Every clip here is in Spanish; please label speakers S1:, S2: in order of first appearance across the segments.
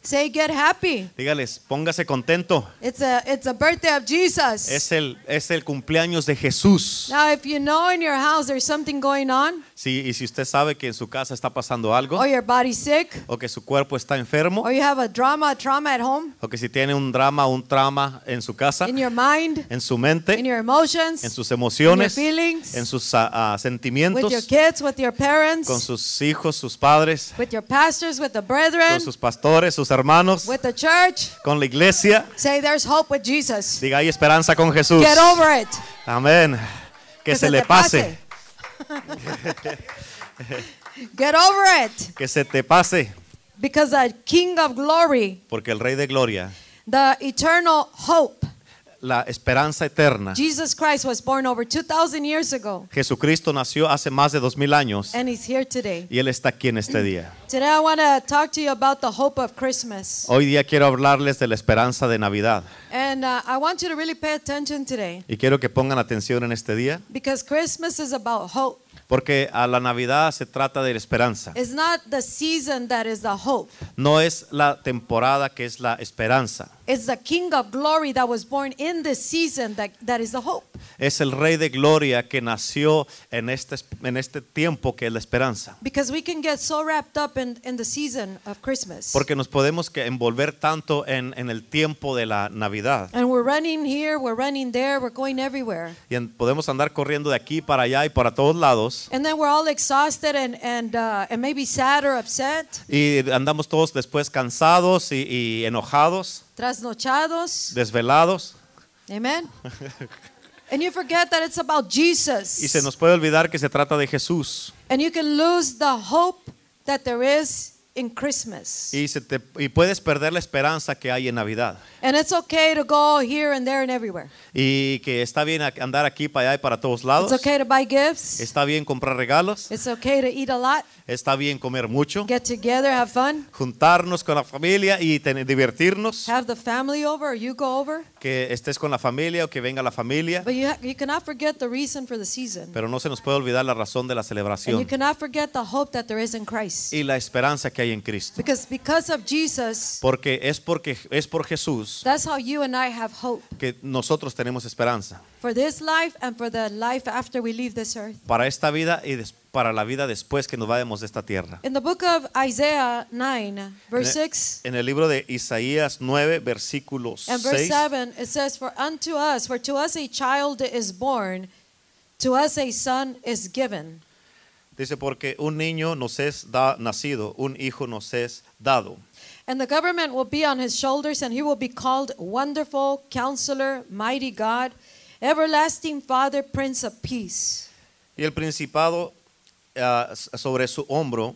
S1: Say get happy.
S2: Dígales, póngase contento.
S1: It's a it's a birthday of Jesus.
S2: Es el, es el cumpleaños de Jesús.
S1: now if you know in your house there's something going on
S2: Sí, y si usted sabe que en su casa está pasando algo,
S1: or your body's sick
S2: o que su cuerpo está enfermo,
S1: or you have a drama, a trauma at home
S2: o que si tiene un drama, un trauma en su casa,
S1: in your mind,
S2: en su
S1: in
S2: mente,
S1: your emotions,
S2: en sus emociones,
S1: in your feelings,
S2: en sus ah, ah,
S1: with your
S2: sentimientos,
S1: kids, with your parents,
S2: con sus hijos, sus padres,
S1: with your pastors, with the brethren,
S2: con sus pastores, sus hermanos,
S1: with the church.
S2: con la iglesia.
S1: Say there's hope with Jesus.
S2: Diga, hay esperanza con Jesús.
S1: Get over it.
S2: Amén. Que se le
S1: te
S2: pase,
S1: Get over it.
S2: que se te pase,
S1: Because the King of glory,
S2: porque el Rey de Gloria,
S1: the eternal hope,
S2: la esperanza eterna,
S1: Jesus Christ was born over 2,000 years ago,
S2: Jesucristo nació hace más de dos mil años
S1: and he's here today.
S2: y Él está aquí en este día.
S1: Today, I want to talk to you about the hope of Christmas.
S2: Hoy día quiero hablarles de la esperanza de Navidad
S1: And uh, I want you to really pay attention today
S2: y quiero que pongan atención en este día
S1: because Christmas is about hope.
S2: porque a la Navidad se trata de la esperanza.
S1: It's not the season that is the hope,
S2: No es la temporada que es la esperanza,
S1: it's the King of glory that was born in this season that, that is the hope.
S2: es el Rey de Gloria que nació en este, en este tiempo que es la esperanza.
S1: Because we can get so wrapped up in, in the season of Christmas.
S2: Porque nos podemos que envolver tanto en, en el tiempo de la Navidad
S1: and we're running here, we're running there, we're going everywhere.
S2: y en- podemos andar corriendo de aquí para allá y para todos lados
S1: And then we're all exhausted and, and, uh, and maybe sad or upset,
S2: y andamos todos después cansados y, y enojados,
S1: trasnochados.
S2: desvelados
S1: Amen. and you forget that it's about Jesus.
S2: y se nos puede olvidar que se trata de Jesús
S1: and you can lose the hope that there is in Christmas.
S2: y, se te- y puedes perder la esperanza que hay en Navidad
S1: and it's okay to go here and there and everywhere.
S2: y que está bien ac- andar aquí para allá y para todos lados,
S1: It's okay to buy gifts.
S2: está bien comprar regalos,
S1: it's okay to eat a lot,
S2: está bien comer mucho,
S1: get together, have fun,
S2: juntarnos con la familia y tener- divertirnos,
S1: have the family over, or you go over.
S2: que estés con la familia o que venga la familia.
S1: But you, ha- you cannot forget the reason for the season.
S2: Pero no se nos puede olvidar la razón de la
S1: And you
S2: celebración
S1: cannot forget the hope that there is in Christ.
S2: y la esperanza que hay en Cristo.
S1: Because because of Jesus,
S2: Porque es, porque es por Jesús
S1: that's how you and I have hope
S2: que nosotros tenemos esperanza
S1: for this life and for the life after we leave this earth.
S2: para esta vida y des- para la vida después que nos vayamos de esta tierra.
S1: In the book of Isaiah 9, verse
S2: En el-
S1: 6
S2: En el libro de Isaías 9, versículo
S1: and verse
S2: 6,
S1: 7, it says, For unto us, for to us a child is born, to us a son is given.
S2: dice, porque un niño nos es da- nacido, un hijo nos es dado,
S1: And the government will be on his shoulders, and he will be called Wonderful, Counselor, Mighty God, Everlasting Father, Prince of Peace.
S2: y el principado ah, s- sobre su hombro,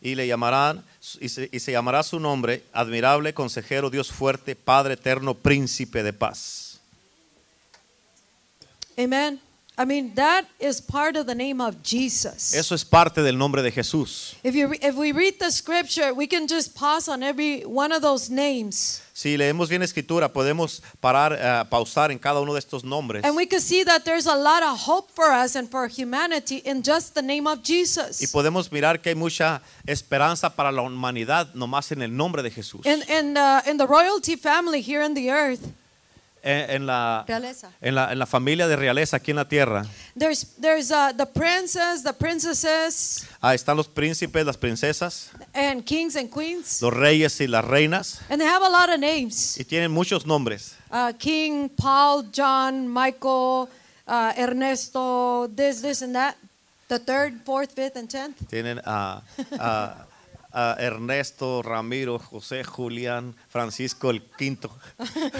S2: y le llamarán, y se, y se llamará su nombre, admirable, consejero, Dios fuerte, Padre eterno, príncipe de paz.
S1: Amen. I mean, that is part of the name of Jesus.
S2: Eso es parte del nombre de Jesús.
S1: If, you, if we read the scripture, we can just pause on every one of those names.
S2: Si leemos bien escritura, podemos parar, ah, pausar en cada uno de estos nombres
S1: And we can see that there's a lot of hope for us and for humanity in just the name of
S2: y
S1: Jesus.
S2: podemos mirar que hay mucha esperanza para la humanidad nomás en el nombre de Jesús.
S1: In, in, uh, in the royalty family here on the earth,
S2: Eh, en, en la,
S1: Realeza.
S2: en la- en la familia de realeza aquí en la tierra.
S1: there's, there's uh, the princes, the princesses,
S2: Ah, están los príncipes, las princesas,
S1: and kings and queens.
S2: los reyes y las reinas.
S1: And they have a lot of names
S2: Y tienen muchos nombres.
S1: uh, King, Paul, John, Michael, uh, Ernesto, this, this, and that. The third, fourth, fifth, and tenth.
S2: Tienen a, a- a Ernesto, Ramiro, José, Julián, Francisco, el quinto.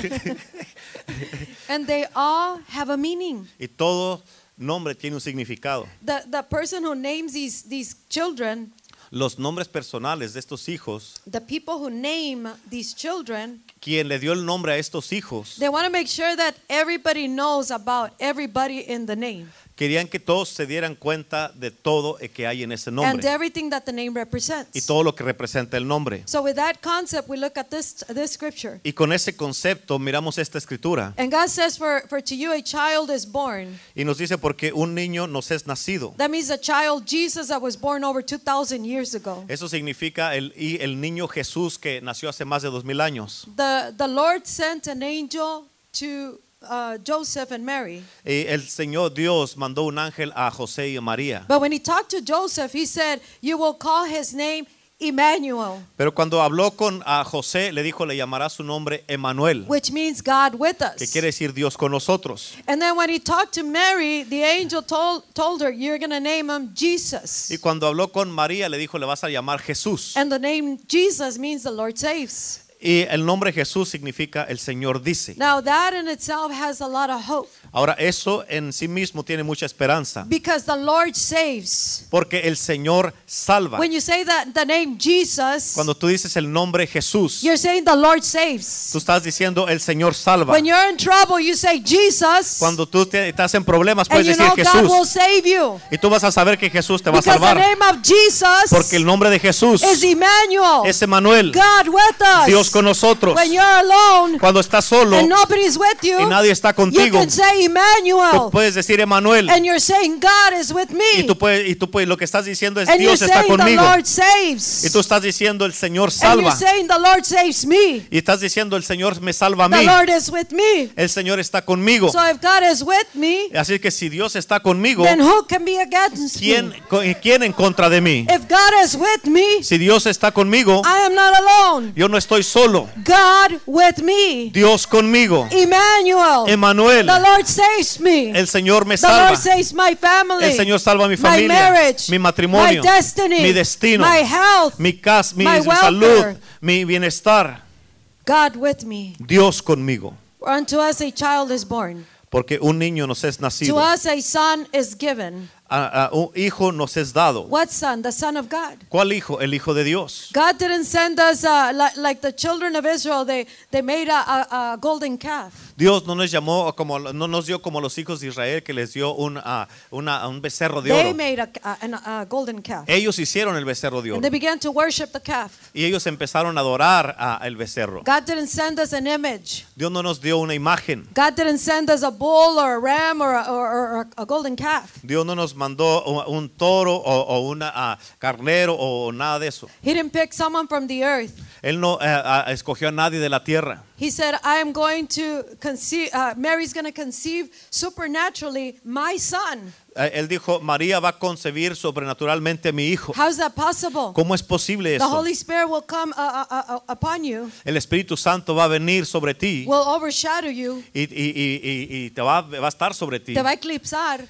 S1: And they all have a meaning.
S2: Y todo nombre tiene un significado.
S1: The, the person who names these, these children,
S2: Los nombres personales de estos hijos,
S1: the people who name these children,
S2: quien le dio el nombre a estos hijos,
S1: they want to make sure that everybody knows about everybody in the name.
S2: Querían que todos se dieran cuenta de todo el que hay en ese
S1: and
S2: nombre
S1: everything that the name represents.
S2: y todo lo que representa el nombre.
S1: So with that concept, we look at this this scripture.
S2: Y con ese concepto miramos esta escritura
S1: And God says, for, for to you a child is born.
S2: y nos dice porque un niño nos es nacido.
S1: That means a child, Jesus, that was born over 2,000 years ago.
S2: Eso significa el, y el niño Jesús que nació hace más de dos mil años.
S1: The, the Lord sent an angel to uh, Joseph and Mary.
S2: Y el Señor Dios mandó un ángel a José y a María.
S1: But when he talked to Joseph, he said, You will call his name Emmanuel,
S2: Pero cuando habló con a José, le dijo, le llamará su nombre Emanuel,
S1: which means God with
S2: que
S1: us.
S2: quiere decir Dios con nosotros.
S1: And then when he talked to Mary, the angel told, told her, You're going to name him
S2: Y
S1: Jesus.
S2: cuando habló con María, le dijo, le vas a llamar Jesús.
S1: And the name Jesus means the Lord saves.
S2: Y el nombre Jesús significa el Señor dice.
S1: Now, that in itself has a lot of hope
S2: Ahora, eso en sí mismo tiene mucha esperanza,
S1: because the Lord saves.
S2: porque el Señor salva.
S1: When you say that the name Jesus,
S2: Cuando tú dices el nombre Jesús,
S1: you're saying the Lord
S2: tú
S1: saves.
S2: estás diciendo el Señor salva.
S1: When you're in trouble, you say Jesus,
S2: Cuando tú te- estás en problemas,
S1: and
S2: puedes
S1: you
S2: decir
S1: know God will
S2: Jesús.
S1: save you.
S2: Y tú vas a saber que Jesús te va a
S1: Because the
S2: salvar,
S1: name of Jesus
S2: porque el nombre de Jesús
S1: is Emmanuel,
S2: es Emanuel,
S1: God with us.
S2: Dios con nosotros.
S1: When you're alone
S2: Cuando estás solo,
S1: and nobody's with you,
S2: y nadie está
S1: you
S2: contigo,
S1: can say
S2: tú
S1: Emmanuel,
S2: puedes decir Emanuel.
S1: and you're saying God is with
S2: Y
S1: me,
S2: tú puedes, y tú puedes, lo que estás diciendo es
S1: and you're
S2: Dios está
S1: saying the
S2: conmigo.
S1: Lord
S2: Y tú
S1: saves,
S2: estás diciendo el Señor
S1: and you're
S2: salva.
S1: saying the Lord saves me,
S2: Y estás diciendo el Señor me salva a
S1: the
S2: mí.
S1: Lord is with me.
S2: El Señor está conmigo.
S1: So if God is with me,
S2: Así que si Dios está conmigo,
S1: then who can be against
S2: ¿quién,
S1: me?
S2: co- quién en contra de mí?
S1: If God is with me,
S2: Si Dios está conmigo,
S1: I am not alone.
S2: yo no estoy solo.
S1: God with me.
S2: Dios conmigo.
S1: Emmanuel.
S2: Emanuel,
S1: The Lord saves me.
S2: el Señor me
S1: The Lord
S2: salva.
S1: saves my family.
S2: El Señor salva
S1: my
S2: mi familia,
S1: marriage,
S2: mi matrimonio,
S1: my destiny,
S2: mi destino,
S1: my health.
S2: mi casa, mi
S1: my
S2: mi
S1: welfare.
S2: salud, mi bienestar.
S1: God with me.
S2: Dios conmigo.
S1: For Unto us a child is born.
S2: Porque un niño nos es
S1: To
S2: nacido,
S1: us a son is given.
S2: a- a un hijo nos es dado.
S1: What son? The son of God.
S2: ¿Cuál hijo? El hijo de Dios.
S1: God didn't send us uh, li- like the children of Israel. They they made a, a, a golden calf.
S2: Dios no nos llamó como no nos dio como los hijos de Israel que les dio un, ah, una- un becerro de
S1: They
S2: oro.
S1: made a, a, an- a golden calf.
S2: Ellos hicieron el becerro de
S1: And they
S2: oro
S1: began to worship the calf.
S2: y ellos empezaron a adorar a- al becerro.
S1: God didn't send us an image.
S2: Dios no nos dio una imagen.
S1: God didn't send us a bull or a ram or a, or, or a golden calf.
S2: Dios no nos mandó u- un toro o, o un carnero o nada de eso.
S1: He didn't pick someone from the earth.
S2: Él no eh, ah, escogió a nadie de la tierra.
S1: He said, I am going to conceive, uh, Mary's going to conceive supernaturally my son.
S2: Eh, Él dijo, María va a concebir sobrenaturalmente a mi hijo.
S1: How's that possible?
S2: ¿Cómo es posible
S1: The
S2: eso?
S1: Holy Spirit will come uh, uh, uh, upon you,
S2: El Espíritu Santo va a venir sobre ti
S1: will overshadow you,
S2: y, y- y- y- y te va, va a estar sobre ti.
S1: te va a eclipsar.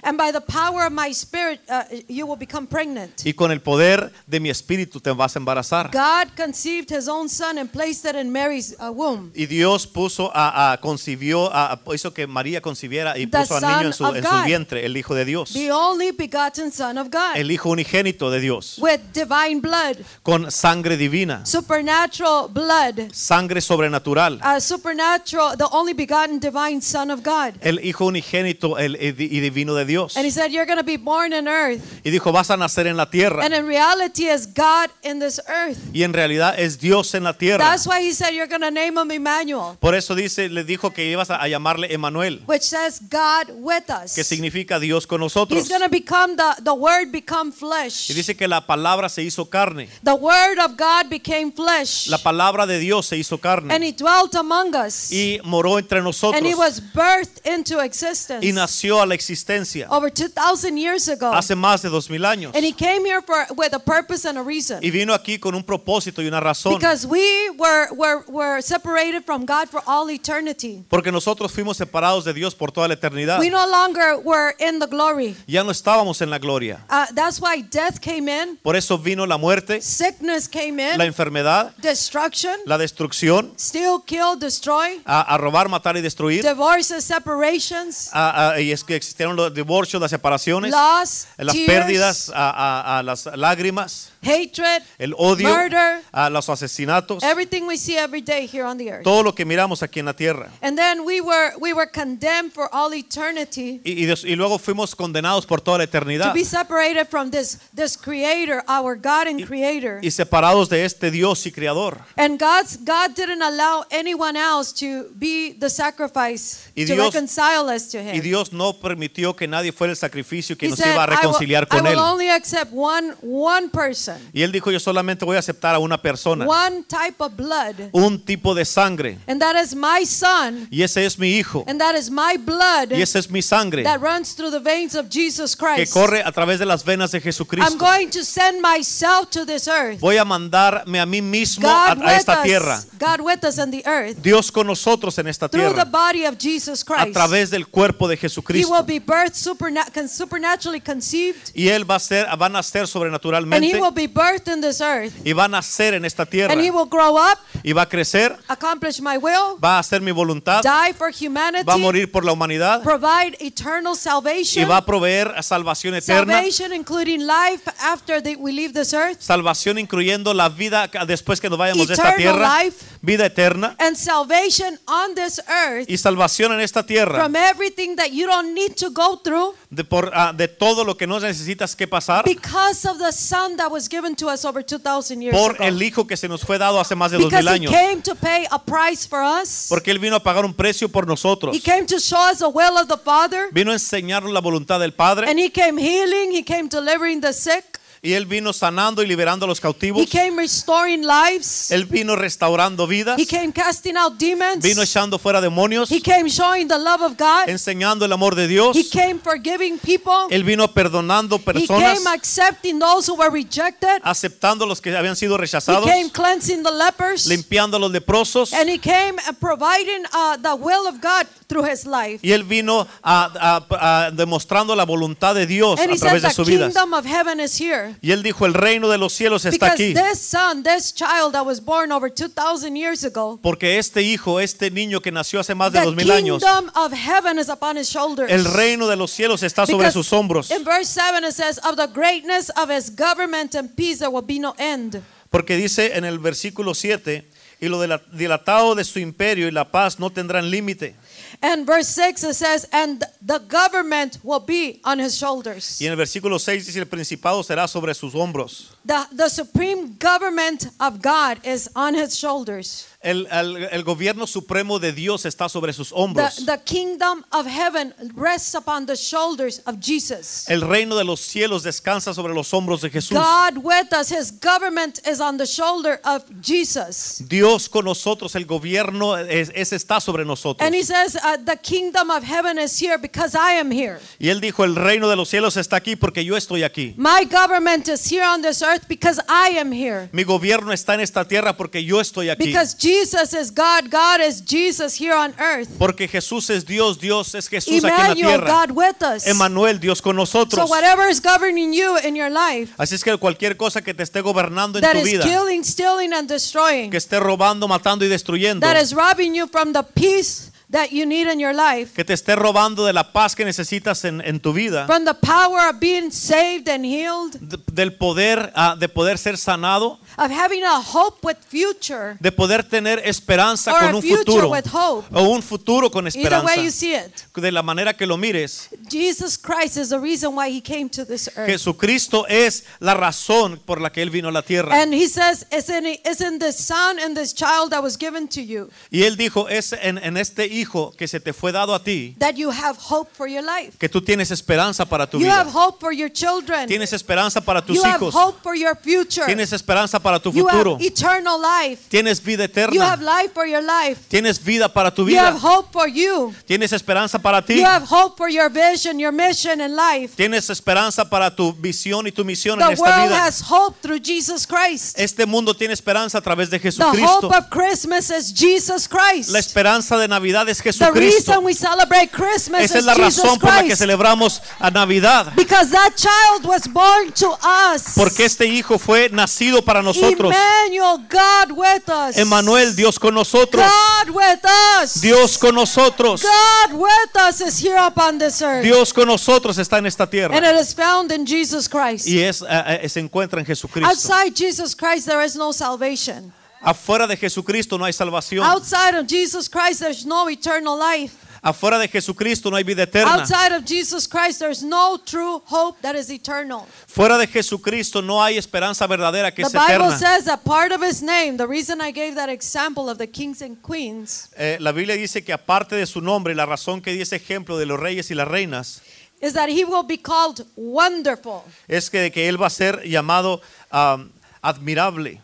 S1: And by the power of my spirit, uh, you will become pregnant.
S2: Y con el poder de mi espíritu te vas a embarazar.
S1: God conceived his own son and placed it in Mary's uh, womb.
S2: Y Dios puso a, a- concibió, a- a- hizo que María concibiera y
S1: The
S2: puso al niño
S1: Son
S2: en su,
S1: of
S2: en su
S1: God.
S2: vientre, el Hijo de Dios,
S1: The only begotten Son of God
S2: el Hijo unigénito de Dios,
S1: with divine blood,
S2: con sangre divina,
S1: supernatural blood,
S2: sangre sobrenatural.
S1: a supernatural, the only begotten divine Son of God.
S2: El Hijo unigénito el- el di- y divino de Dios.
S1: And he said, You're going to be born in earth.
S2: Y dijo, vas a nacer en la tierra.
S1: And in reality, is God in this earth.
S2: Y en realidad es Dios en la tierra.
S1: That's why he said, You're going to name him Emmanuel,
S2: Por eso dice, le dijo que ibas a, a llamarle Emanuel,
S1: which says God with us.
S2: que significa Dios con
S1: He's
S2: nosotros.
S1: going to become the, the Word become
S2: Y
S1: flesh.
S2: dice que la palabra se hizo carne.
S1: The Word of God became flesh.
S2: La palabra de Dios se hizo
S1: And
S2: carne
S1: he dwelt among us.
S2: y moró entre nosotros
S1: And he was birthed into existence.
S2: y nació a la existencia
S1: over 2000 years ago
S2: hace más de dos mil años.
S1: Oh. and he came here for with a purpose and a reason
S2: Y vino aquí con un propósito y una razón.
S1: because we were, were were separated from God for all eternity
S2: Porque nosotros fuimos separados de Dios por toda la eternidad.
S1: we no longer were in the glory
S2: Ya no estábamos en la gloria.
S1: uh, that's why death came in
S2: Por eso vino la muerte,
S1: sickness came
S2: la
S1: in
S2: enfermedad,
S1: destruction
S2: la destrucción,
S1: steal kill destroy
S2: a, a robar, matar y destruir.
S1: divorces separations
S2: A- a- y es que existieron los divorcios, las separaciones,
S1: loss,
S2: las
S1: tears,
S2: pérdidas, a, a- a las lágrimas,
S1: hatred,
S2: el odio,
S1: Murder.
S2: a los asesinatos,
S1: everything we see every day here on the earth.
S2: todo lo que miramos aquí en la tierra.
S1: And then we were we were condemned for all eternity
S2: Y, y des- y luego fuimos condenados por toda la
S1: to
S2: eternidad
S1: be separated from this this creator, our God and creator.
S2: y separados de este Dios y Creador.
S1: And God's God didn't allow anyone else to be the sacrifice
S2: Y
S1: to
S2: Dios-
S1: reconcile us to him.
S2: Y Dios no permitió que nadie fuera el sacrificio que
S1: He
S2: nos
S1: said,
S2: iba a
S1: "I will-
S2: reconciliar
S1: I
S2: con
S1: will
S2: Él.
S1: only accept one one person,
S2: Y Él dijo, yo solamente voy a aceptar a una persona,
S1: one type of blood,
S2: un tipo de sangre.
S1: and that is my son,
S2: Y ese es mi hijo.
S1: and that is my blood
S2: Y esa es mi sangre
S1: that runs through the veins of Jesus
S2: que
S1: Christ.
S2: corre a través de las venas de
S1: I'm
S2: Jesucristo.
S1: going to send myself to this earth.
S2: Voy a mandarme a mí mismo a,
S1: God
S2: a
S1: with
S2: esta tierra.
S1: us, God with us on the earth
S2: Dios con nosotros en esta
S1: through the
S2: tierra
S1: body of Jesus
S2: a
S1: Christ.
S2: través del cuerpo de
S1: He will
S2: Jesucristo.
S1: be birthed superna- con- supernaturally conceived,
S2: Y Él va a ser, van a ser
S1: and he
S2: sobrenaturalmente
S1: will be birthed in this earth,
S2: y van a ser en esta tierra.
S1: and he will grow up,
S2: Y va a crecer,
S1: accomplish my will,
S2: va a hacer mi voluntad,
S1: die for
S2: va a
S1: humanity,
S2: morir por la humanidad
S1: provide eternal
S2: y
S1: salvation,
S2: va a proveer salvación eterna.
S1: salvation including life after that we leave this earth,
S2: Salvación incluyendo la vida ca- después que nos vayamos de esta
S1: Eternal
S2: tierra,
S1: life.
S2: vida eterna
S1: and salvation on this earth
S2: y salvación en esta tierra
S1: from everything that you don't need to go through
S2: de, por, ah, de todo lo que no necesitas que pasar
S1: because of the son that was given to us over 2000 years
S2: por
S1: ago.
S2: el Hijo que se nos fue dado hace más de dos
S1: because
S2: mil
S1: he
S2: años,
S1: came to pay a price for us.
S2: porque Él vino a pagar un precio por nosotros,
S1: He came to show us the will of the Father.
S2: vino a enseñarnos la voluntad del Padre
S1: And he came healing, he came delivering the sick,
S2: y Él vino sanando y liberando a los
S1: he
S2: cautivos,
S1: came restoring lives,
S2: Él vino restaurando vidas,
S1: he came casting out demons,
S2: vino echando fuera demonios,
S1: he came showing the love of God,
S2: enseñando el amor de Dios,
S1: he came forgiving people,
S2: Él vino perdonando
S1: he
S2: personas,
S1: came accepting those who were rejected,
S2: aceptando a los que habían sido
S1: he
S2: rechazados.
S1: came cleansing the lepers,
S2: limpiando a los leprosos
S1: and he came and providing uh, the will of God through his life.
S2: y él vino a, a- a- demostrando la voluntad de Dios
S1: And
S2: a
S1: he said,
S2: través de
S1: The
S2: su vida.
S1: kingdom of heaven is here.
S2: Y él dijo, el reino de los cielos está
S1: Because
S2: aquí,
S1: this son, this child that was born over 2,000 years ago,
S2: porque este hijo, este niño que nació hace más de
S1: the
S2: dos mil años,
S1: kingdom of heaven is upon his shoulders.
S2: el reino de los cielos está sobre
S1: Because
S2: sus hombros,
S1: In verse 7 it says, Of the greatness of his government and peace there will be no end.
S2: porque dice en el versículo 7, y lo dila- dilatado de su imperio y la paz no tendrán límite.
S1: And verse 6 it says, And the government will be on his shoulders.
S2: Y en el versículo 6 dice, el principado será sobre sus hombros.
S1: The, the supreme government of God is on his shoulders.
S2: El, el- el gobierno supremo de Dios está sobre sus
S1: The,
S2: hombros.
S1: the kingdom of heaven rests upon the shoulders of Jesus.
S2: El reino de los cielos descansa sobre los hombros de Jesús.
S1: God with us, his government is on the shoulder of Jesus.
S2: Dios con nosotros, el gobierno es- ese está sobre nosotros.
S1: And he says, uh, The kingdom of heaven is here because I am here.
S2: Y él dijo, el reino de los cielos está aquí porque yo estoy aquí.
S1: My government is here on this earth because I am here.
S2: Mi gobierno está en esta tierra porque yo estoy aquí.
S1: Because Jesus is God, God is Jesus here on earth.
S2: Porque Jesús es Dios, Dios es Jesús aquí en la
S1: Emmanuel,
S2: tierra.
S1: God with us.
S2: Emmanuel, Dios con
S1: So
S2: nosotros.
S1: whatever is governing you in your life
S2: Así es que cualquier cosa que te esté gobernando en
S1: that
S2: tu
S1: is
S2: vida,
S1: killing, stealing, and destroying,
S2: que esté robando, matando y destruyendo,
S1: that is robbing you from the peace that you need in your life,
S2: que te esté robando de la paz que necesitas en, en tu vida,
S1: from the power of being saved and healed,
S2: de- del poder ah, de poder ser sanado,
S1: of having a hope with future,
S2: de poder tener esperanza
S1: Or
S2: con
S1: a
S2: un
S1: future
S2: futuro
S1: with hope.
S2: o un futuro con
S1: either
S2: esperanza
S1: way you see it.
S2: de la manera que lo mires
S1: Jesus Christ is the reason why he came to this earth.
S2: Jesucristo es la razón por la que él vino a la tierra
S1: And he says, isn't, it, isn't this son and this child that was given to you
S2: y él dijo es en, en este hijo que se te fue dado a ti
S1: that you have hope for your life?
S2: que tú tienes esperanza para tu
S1: You have
S2: vida
S1: hope for your children.
S2: tienes esperanza para tus
S1: You have
S2: hijos
S1: hope for your future.
S2: tienes esperanza para tu
S1: You
S2: futuro
S1: have eternal life.
S2: tienes vida
S1: You have
S2: eterna
S1: life for your life.
S2: tienes vida para tu
S1: You have
S2: vida
S1: hope for you.
S2: tienes esperanza para ti
S1: You have hope for your vision, your mission in life.
S2: tienes esperanza para tu visión y tu misión en
S1: The
S2: esta
S1: world
S2: vida
S1: has hope through Jesus Christ.
S2: este mundo tiene esperanza a través de
S1: The hope
S2: Jesucristo
S1: of Christmas is Jesus Christ.
S2: La esperanza de Navidad Navidad es
S1: The reason
S2: Jesucristo.
S1: we celebrate Christmas
S2: Esa es
S1: is
S2: la
S1: Jesus
S2: razón por la que
S1: Christ.
S2: celebramos a Navidad.
S1: Because that child was born to us.
S2: Porque este hijo fue nacido para nosotros.
S1: Emmanuel, God with us.
S2: Emmanuel, Dios con nosotros.
S1: God with us.
S2: Dios con nosotros.
S1: God with us is here upon this earth.
S2: Dios con nosotros está en esta
S1: And
S2: tierra.
S1: it is found in Jesus Christ.
S2: Y es, eh, eh, se encuentra en Jesucristo.
S1: Outside Jesus Christ, there is no salvation.
S2: Afuera de Jesucristo no hay salvación.
S1: Outside of Jesus Christ, there's no eternal life.
S2: Afuera de Jesucristo no hay vida eterna.
S1: Outside of Jesus Christ, there's no true hope that is eternal.
S2: Fuera de Jesucristo no hay esperanza verdadera que
S1: The
S2: es
S1: Bible
S2: eterna.
S1: says that part of his name, the reason I gave that example of the kings and queens,
S2: Eh, la Biblia dice que aparte de su nombre, la razón que di ese ejemplo de los reyes y las reinas
S1: is that he will be called wonderful.
S2: es que, que él va a ser llamado am, admirable.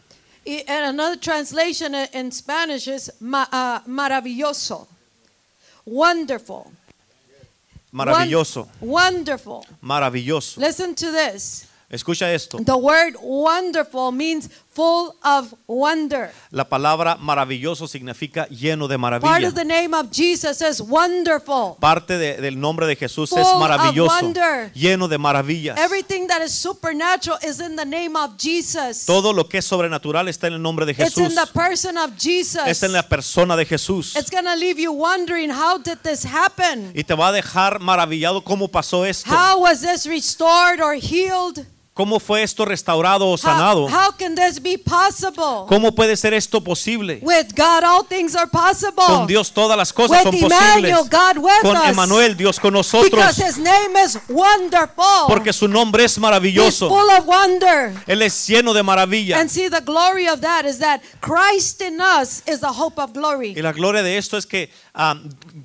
S1: I- And another translation i- in Spanish is ma- uh, maravilloso. Wonderful. Won-
S2: Maravilloso,
S1: wonderful.
S2: maravilloso.
S1: Listen to this.
S2: Escucha esto.
S1: The word wonderful means full of wonder.
S2: La palabra maravilloso significa lleno de
S1: Part
S2: maravilla.
S1: of the name of Jesus is wonderful.
S2: Parte de- del nombre de Jesús
S1: Full
S2: es
S1: of
S2: maravilloso,
S1: wonder.
S2: lleno de maravillas.
S1: Everything that is supernatural is in the name of Jesus.
S2: Todo lo que es sobrenatural está en el nombre de
S1: It's
S2: Jesús.
S1: in the person of Jesus.
S2: Es en la persona de Jesús.
S1: It's going to leave you wondering how did this happen?
S2: Y te va a dejar maravillado cómo pasó esto.
S1: How was this restored or healed?
S2: ¿Cómo fue esto restaurado o
S1: How,
S2: sanado?
S1: how can this be possible?
S2: ¿Cómo puede ser esto posible?
S1: With God all things are
S2: Con
S1: possible.
S2: Dios todas las cosas son
S1: With
S2: posibles.
S1: Emmanuel, God with
S2: Con
S1: us.
S2: Emanuel, Dios con nosotros.
S1: Because his name is wonderful.
S2: Porque su nombre es
S1: He's
S2: maravilloso.
S1: full of wonder.
S2: Él es lleno de maravilla.
S1: And see, the glory of that is that Christ in us is the hope of glory.
S2: Y la gloria de esto es que ah,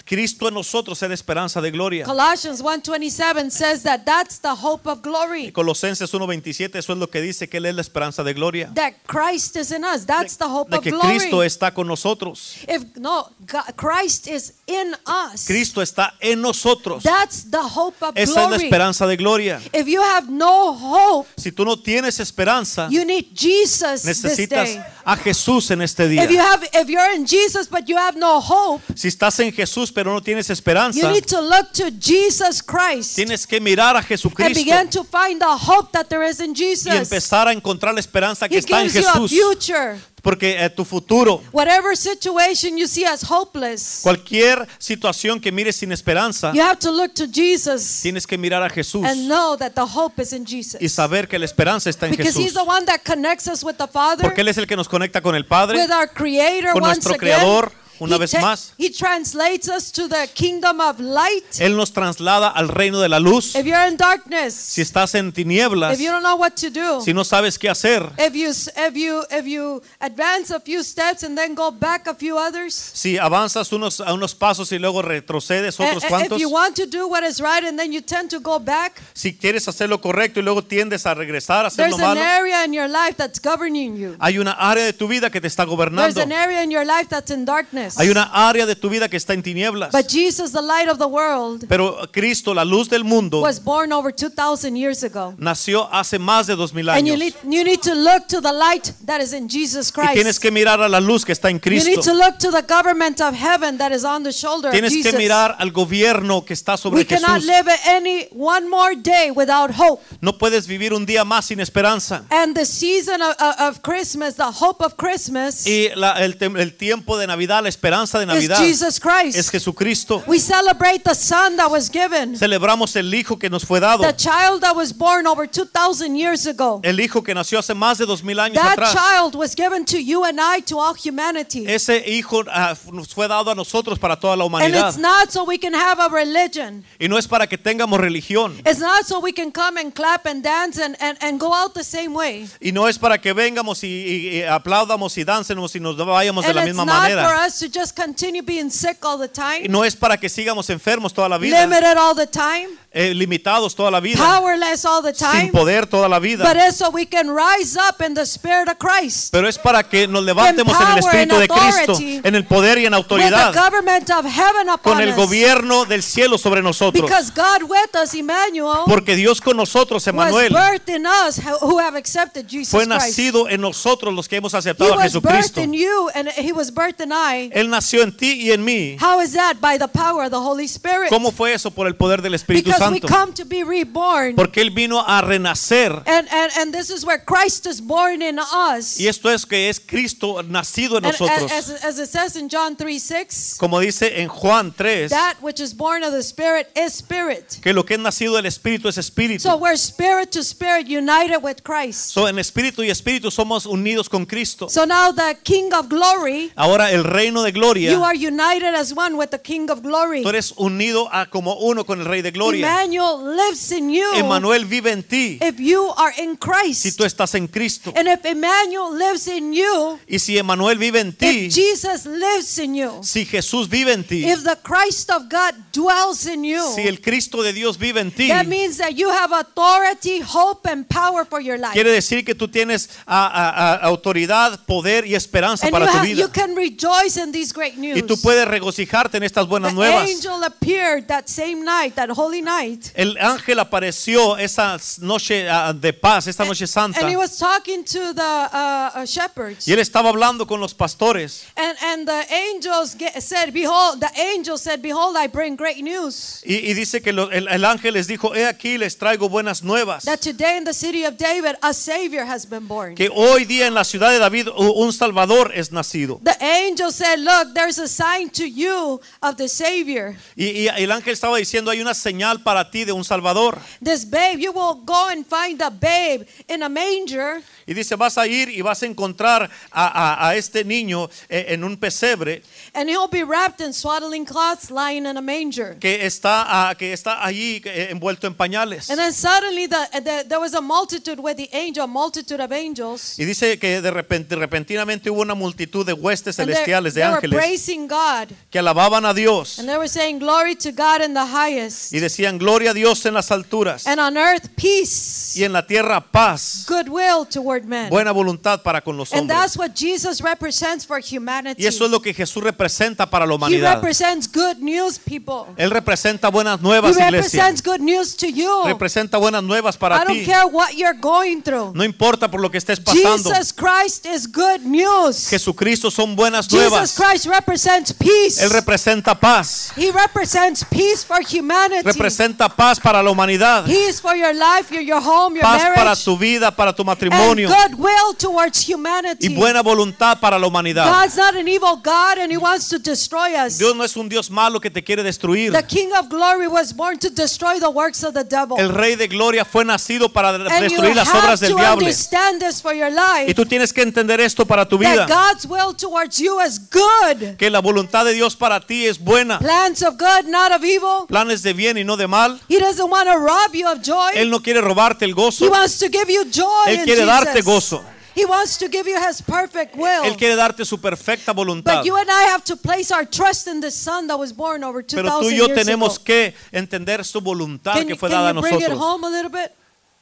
S2: Cristo en nosotros es la esperanza de gloria.
S1: Colossians 1:27 says that that's the hope of
S2: Y
S1: glory.
S2: Colosenses 1.27, eso es lo que dice que Él es la esperanza de gloria.
S1: That Christ is in us. That's the hope
S2: De
S1: of
S2: que Cristo
S1: glory.
S2: está con nosotros.
S1: If no, God- Christ is in us.
S2: Cristo está en nosotros.
S1: That's the hope of
S2: Esa es la
S1: glory.
S2: esperanza de gloria.
S1: If you have no hope,
S2: Si tú no tienes esperanza,
S1: you need Jesus this
S2: necesitas
S1: day.
S2: a Jesús en este día.
S1: If you have if you're in Jesus but you have no hope,
S2: Si estás en Jesús pero no tienes esperanza,
S1: you need to look to Jesus Christ
S2: tienes que mirar a
S1: and
S2: Jesucristo
S1: begin to find the hope that there is in
S2: y
S1: Jesus.
S2: empezar a encontrar la esperanza que
S1: He
S2: está en
S1: gives you a
S2: Jesús.
S1: future.
S2: Porque eh, tu futuro,
S1: Whatever situation you see as hopeless,
S2: cualquier situación que mires sin esperanza,
S1: you have to look to Jesus
S2: tienes que mirar a Jesús
S1: and know that the hope is in
S2: y
S1: Jesus.
S2: saber que la esperanza está en
S1: Because he's
S2: Jesús.
S1: the one that connects us with the Father,
S2: Porque Él es el que nos conecta con el Padre.
S1: with our creator
S2: con
S1: once
S2: nuestro
S1: again.
S2: Creador, una
S1: he,
S2: vez
S1: ta-
S2: más.
S1: he translates us to the kingdom of light.
S2: Él nos traslada al reino de la luz.
S1: If you're in darkness,
S2: Si estás en tinieblas,
S1: if you don't know what to do,
S2: si no sabes qué hacer,
S1: if you s- if you if you advance a few steps and then go back a few others,
S2: si avanzas unos, a unos pasos y luego retrocedes
S1: and,
S2: otros cuantos,
S1: Eh, if you want to do what is right and then you tend to go back,
S2: si quieres hacer lo correcto y luego tiendes a regresar a hacer
S1: there's
S2: lo
S1: an
S2: malo,
S1: area in your life that's governing you.
S2: hay una área de tu vida que te está
S1: There's
S2: gobernando.
S1: an area in your life that's in darkness.
S2: Hay una área de tu vida que está en tinieblas.
S1: But Jesus, the light of the world,
S2: Pero Cristo, la luz del mundo,
S1: was born over 2,000 years ago.
S2: nació hace más de dos mil
S1: And you
S2: años.
S1: need, you need to look to the light that is in Jesus
S2: Y tienes
S1: Christ.
S2: que mirar a la luz que está en
S1: You need to
S2: Cristo.
S1: look to the government of heaven that is on the shoulder of
S2: Tienes que
S1: Jesus.
S2: mirar al gobierno que está
S1: We
S2: sobre
S1: cannot
S2: Jesús.
S1: live any one more day without hope.
S2: No puedes vivir un día más sin esperanza.
S1: And the season of, of, of Christmas, the hope of Christmas,
S2: Y la- el, tem- el tiempo de Navidad, la esperanza de
S1: is
S2: Navidad
S1: Jesus
S2: es
S1: Christ.
S2: Jesucristo.
S1: We celebrate the Son that was given,
S2: Celebramos el Hijo que nos fue dado,
S1: the child that was born over 2,000 years ago.
S2: el Hijo que nació hace más de dos mil años
S1: That
S2: atrás.
S1: child was given to you and I, to all humanity.
S2: Ese Hijo ah, nos fue dado a nosotros para toda la
S1: And it's
S2: humanidad.
S1: not so we can have a religion.
S2: Y no es para que tengamos religión.
S1: It's not so we can come and clap and dance and, and, and go out the same way.
S2: Y no es para que vengamos y, y- y aplaudamos y dancemos y nos vayamos de
S1: And
S2: la
S1: it's
S2: misma
S1: not for
S2: manera.
S1: us to just continue being sick all the
S2: Y
S1: time,
S2: no es para que sigamos enfermos toda la vida,
S1: limited all the time.
S2: eh, limitados toda la vida,
S1: powerless all the
S2: sin
S1: time.
S2: poder toda la
S1: But
S2: vida.
S1: it's so we can rise up in the spirit of Christ.
S2: Pero es para que nos levantemos en el
S1: power and
S2: Espíritu de Cristo,
S1: authority,
S2: en el poder y en
S1: With the
S2: autoridad,
S1: government of heaven
S2: con
S1: upon
S2: el
S1: us.
S2: gobierno del cielo sobre nosotros.
S1: Because God with us, Emmanuel,
S2: Porque Dios con nosotros,
S1: was
S2: Emanuel,
S1: birthed in us who have accepted Jesus
S2: fue
S1: Christ. He
S2: nacido en nosotros los que hemos aceptado a
S1: was birthed
S2: Jesucristo.
S1: in you and he was birthed in I.
S2: Él nació en ti y en mí.
S1: How is that? By the power of the Holy Spirit.
S2: ¿Cómo fue eso? Por el poder del Espíritu
S1: Because we
S2: Santo.
S1: come to be reborn.
S2: Porque Él vino a renacer.
S1: And, and, and this is where Christ is born in us.
S2: Y esto es que es Cristo nacido en
S1: And
S2: nosotros.
S1: as, as it says in John 3 6,
S2: Como dice en Juan 3,
S1: that which is born of the Spirit is Spirit.
S2: que lo que es nacido del Espíritu es Espíritu.
S1: So we're spirit to spirit united with Christ.
S2: So, en Espíritu y Espíritu somos unidos con Cristo.
S1: So now the King of glory,
S2: Ahora el reino de
S1: you
S2: gloria,
S1: are united as one with the King of glory.
S2: tú eres unido a como uno con el Rey de gloria.
S1: Emmanuel lives in you
S2: Emmanuel vive en ti
S1: if you are in
S2: si
S1: Christ.
S2: tú estás en Cristo.
S1: And if Emmanuel lives in you,
S2: Y si Emmanuel vive en ti,
S1: if Jesus lives in you,
S2: si Jesús vive en ti,
S1: if the Christ of God dwells in you,
S2: si el Cristo de Dios vive en ti,
S1: that means that you have authority, hope, and power for your life.
S2: quiere decir que tú tienes a- a- a- autoridad, poder y esperanza
S1: And you,
S2: para tu
S1: have, you
S2: vida.
S1: can rejoice in these great news.
S2: Y tú puedes regocijarte en estas buenas
S1: the
S2: nuevas.
S1: angel appeared that same night, that holy night.
S2: El ángel apareció esa noche ah, de paz, esta noche santa,
S1: And he was talking to the uh, uh, shepherds.
S2: y él estaba hablando con los pastores.
S1: And, and the angels ge- said, Behold, the angel said, Behold, I bring great news.
S2: Y, y dice que lo- el, el ángel les dijo, he aquí les traigo buenas nuevas,
S1: That today in the city of David, a Savior has been born.
S2: que hoy día en la ciudad de David u- un Salvador es nacido.
S1: The angel said, Look, there's a sign to you of the Savior.
S2: Y, y el ángel estaba diciendo, hay una señal para ti de un Salvador.
S1: This babe, you will go and find a babe in a manger.
S2: Y dice, vas a ir y vas a encontrar a, a- a este niño eh, en un pesebre
S1: And he'll be wrapped in swaddling cloths, lying in a manger.
S2: que está, ah, que está allí eh, envuelto en pañales.
S1: And then suddenly the, the, there was a multitude with the angel, a multitude of angels.
S2: Y dice que de repente, repentinamente hubo una multitud de huestes
S1: And they,
S2: celestiales, de
S1: they were
S2: ángeles,
S1: praising God.
S2: que alababan a Dios
S1: And they were saying, Glory to God in the highest.
S2: y decían, gloria a Dios en las alturas
S1: And on earth, peace,
S2: y en la tierra paz,
S1: goodwill toward men.
S2: buena voluntad para con los
S1: And
S2: hombres.
S1: that's what Jesus represents for humanity.
S2: Y eso es lo que Jesús representa para la
S1: He
S2: humanidad.
S1: represents good news, people.
S2: Él representa buenas
S1: He
S2: nuevas, iglesia.
S1: represents good news to you.
S2: Representa buenas nuevas
S1: Oh. I
S2: para
S1: don't
S2: ti.
S1: care what you're going through.
S2: No importa por lo que estés pasando.
S1: Jesus Christ is good news.
S2: Jesucristo son buenas
S1: Jesus
S2: nuevas.
S1: Christ represents peace.
S2: Él representa paz.
S1: He represents peace for humanity.
S2: Representa paz para la humanidad.
S1: Peace for your life, your, your home, your
S2: Paz para
S1: marriage.
S2: tu vida, para tu
S1: And
S2: matrimonio.
S1: goodwill towards
S2: Y
S1: humanity.
S2: buena voluntad para la humanidad.
S1: God's not an evil God and He wants to destroy us.
S2: Dios no es un Dios malo que te quiere destruir.
S1: The King of Glory was born to destroy the works of the devil.
S2: El Rey de Gloria fue nacido para
S1: And you
S2: destruir las
S1: have
S2: obras
S1: to
S2: del diablo.
S1: understand this for your
S2: Y
S1: life.
S2: tú tienes que entender esto para tu vida.
S1: That God's will towards you is good.
S2: Que la voluntad de Dios para ti es buena.
S1: Plans of good, not of evil.
S2: Planes de bien y no de mal.
S1: He doesn't want to rob you of joy.
S2: Él no quiere robarte el
S1: He
S2: gozo.
S1: wants to give you joy
S2: Él
S1: in
S2: quiere darte
S1: Jesus.
S2: gozo.
S1: He wants to give you his perfect will.
S2: Él quiere darte su perfecta voluntad.
S1: But you and I have to place our trust in the son that was born over 2000
S2: Pero tú y yo
S1: years
S2: tenemos
S1: ago.
S2: que entender su voluntad
S1: Can,
S2: que
S1: you-
S2: fue
S1: can
S2: dada a
S1: you bring it
S2: nosotros.
S1: home a little bit?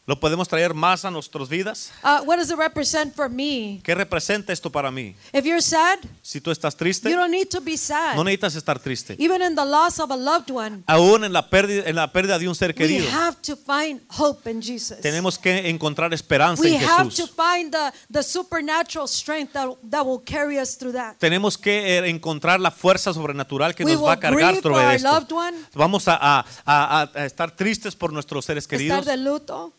S2: ¿Lo podemos traer más a nuestras vidas?
S1: Uh, what does it represent for me?
S2: ¿Qué representa esto para mí?
S1: If you're sad,
S2: Si tú estás
S1: you
S2: triste,
S1: don't need to be sad.
S2: no necesitas estar triste.
S1: Even in the loss of a loved one,
S2: Aún en la pérdida, en la pérdida de un ser
S1: we
S2: querido,
S1: have to find hope in Jesus.
S2: tenemos que encontrar esperanza
S1: we
S2: en
S1: have to
S2: Jesús.
S1: find the, the supernatural strength that, that will carry us through that.
S2: Tenemos que eh, encontrar la fuerza sobrenatural que
S1: We
S2: nos va a
S1: will
S2: cargar
S1: grieve for
S2: sobre
S1: our
S2: esto.
S1: loved one.
S2: Vamos a, a- a- a estar tristes por nuestros seres
S1: Estar
S2: queridos,
S1: de luto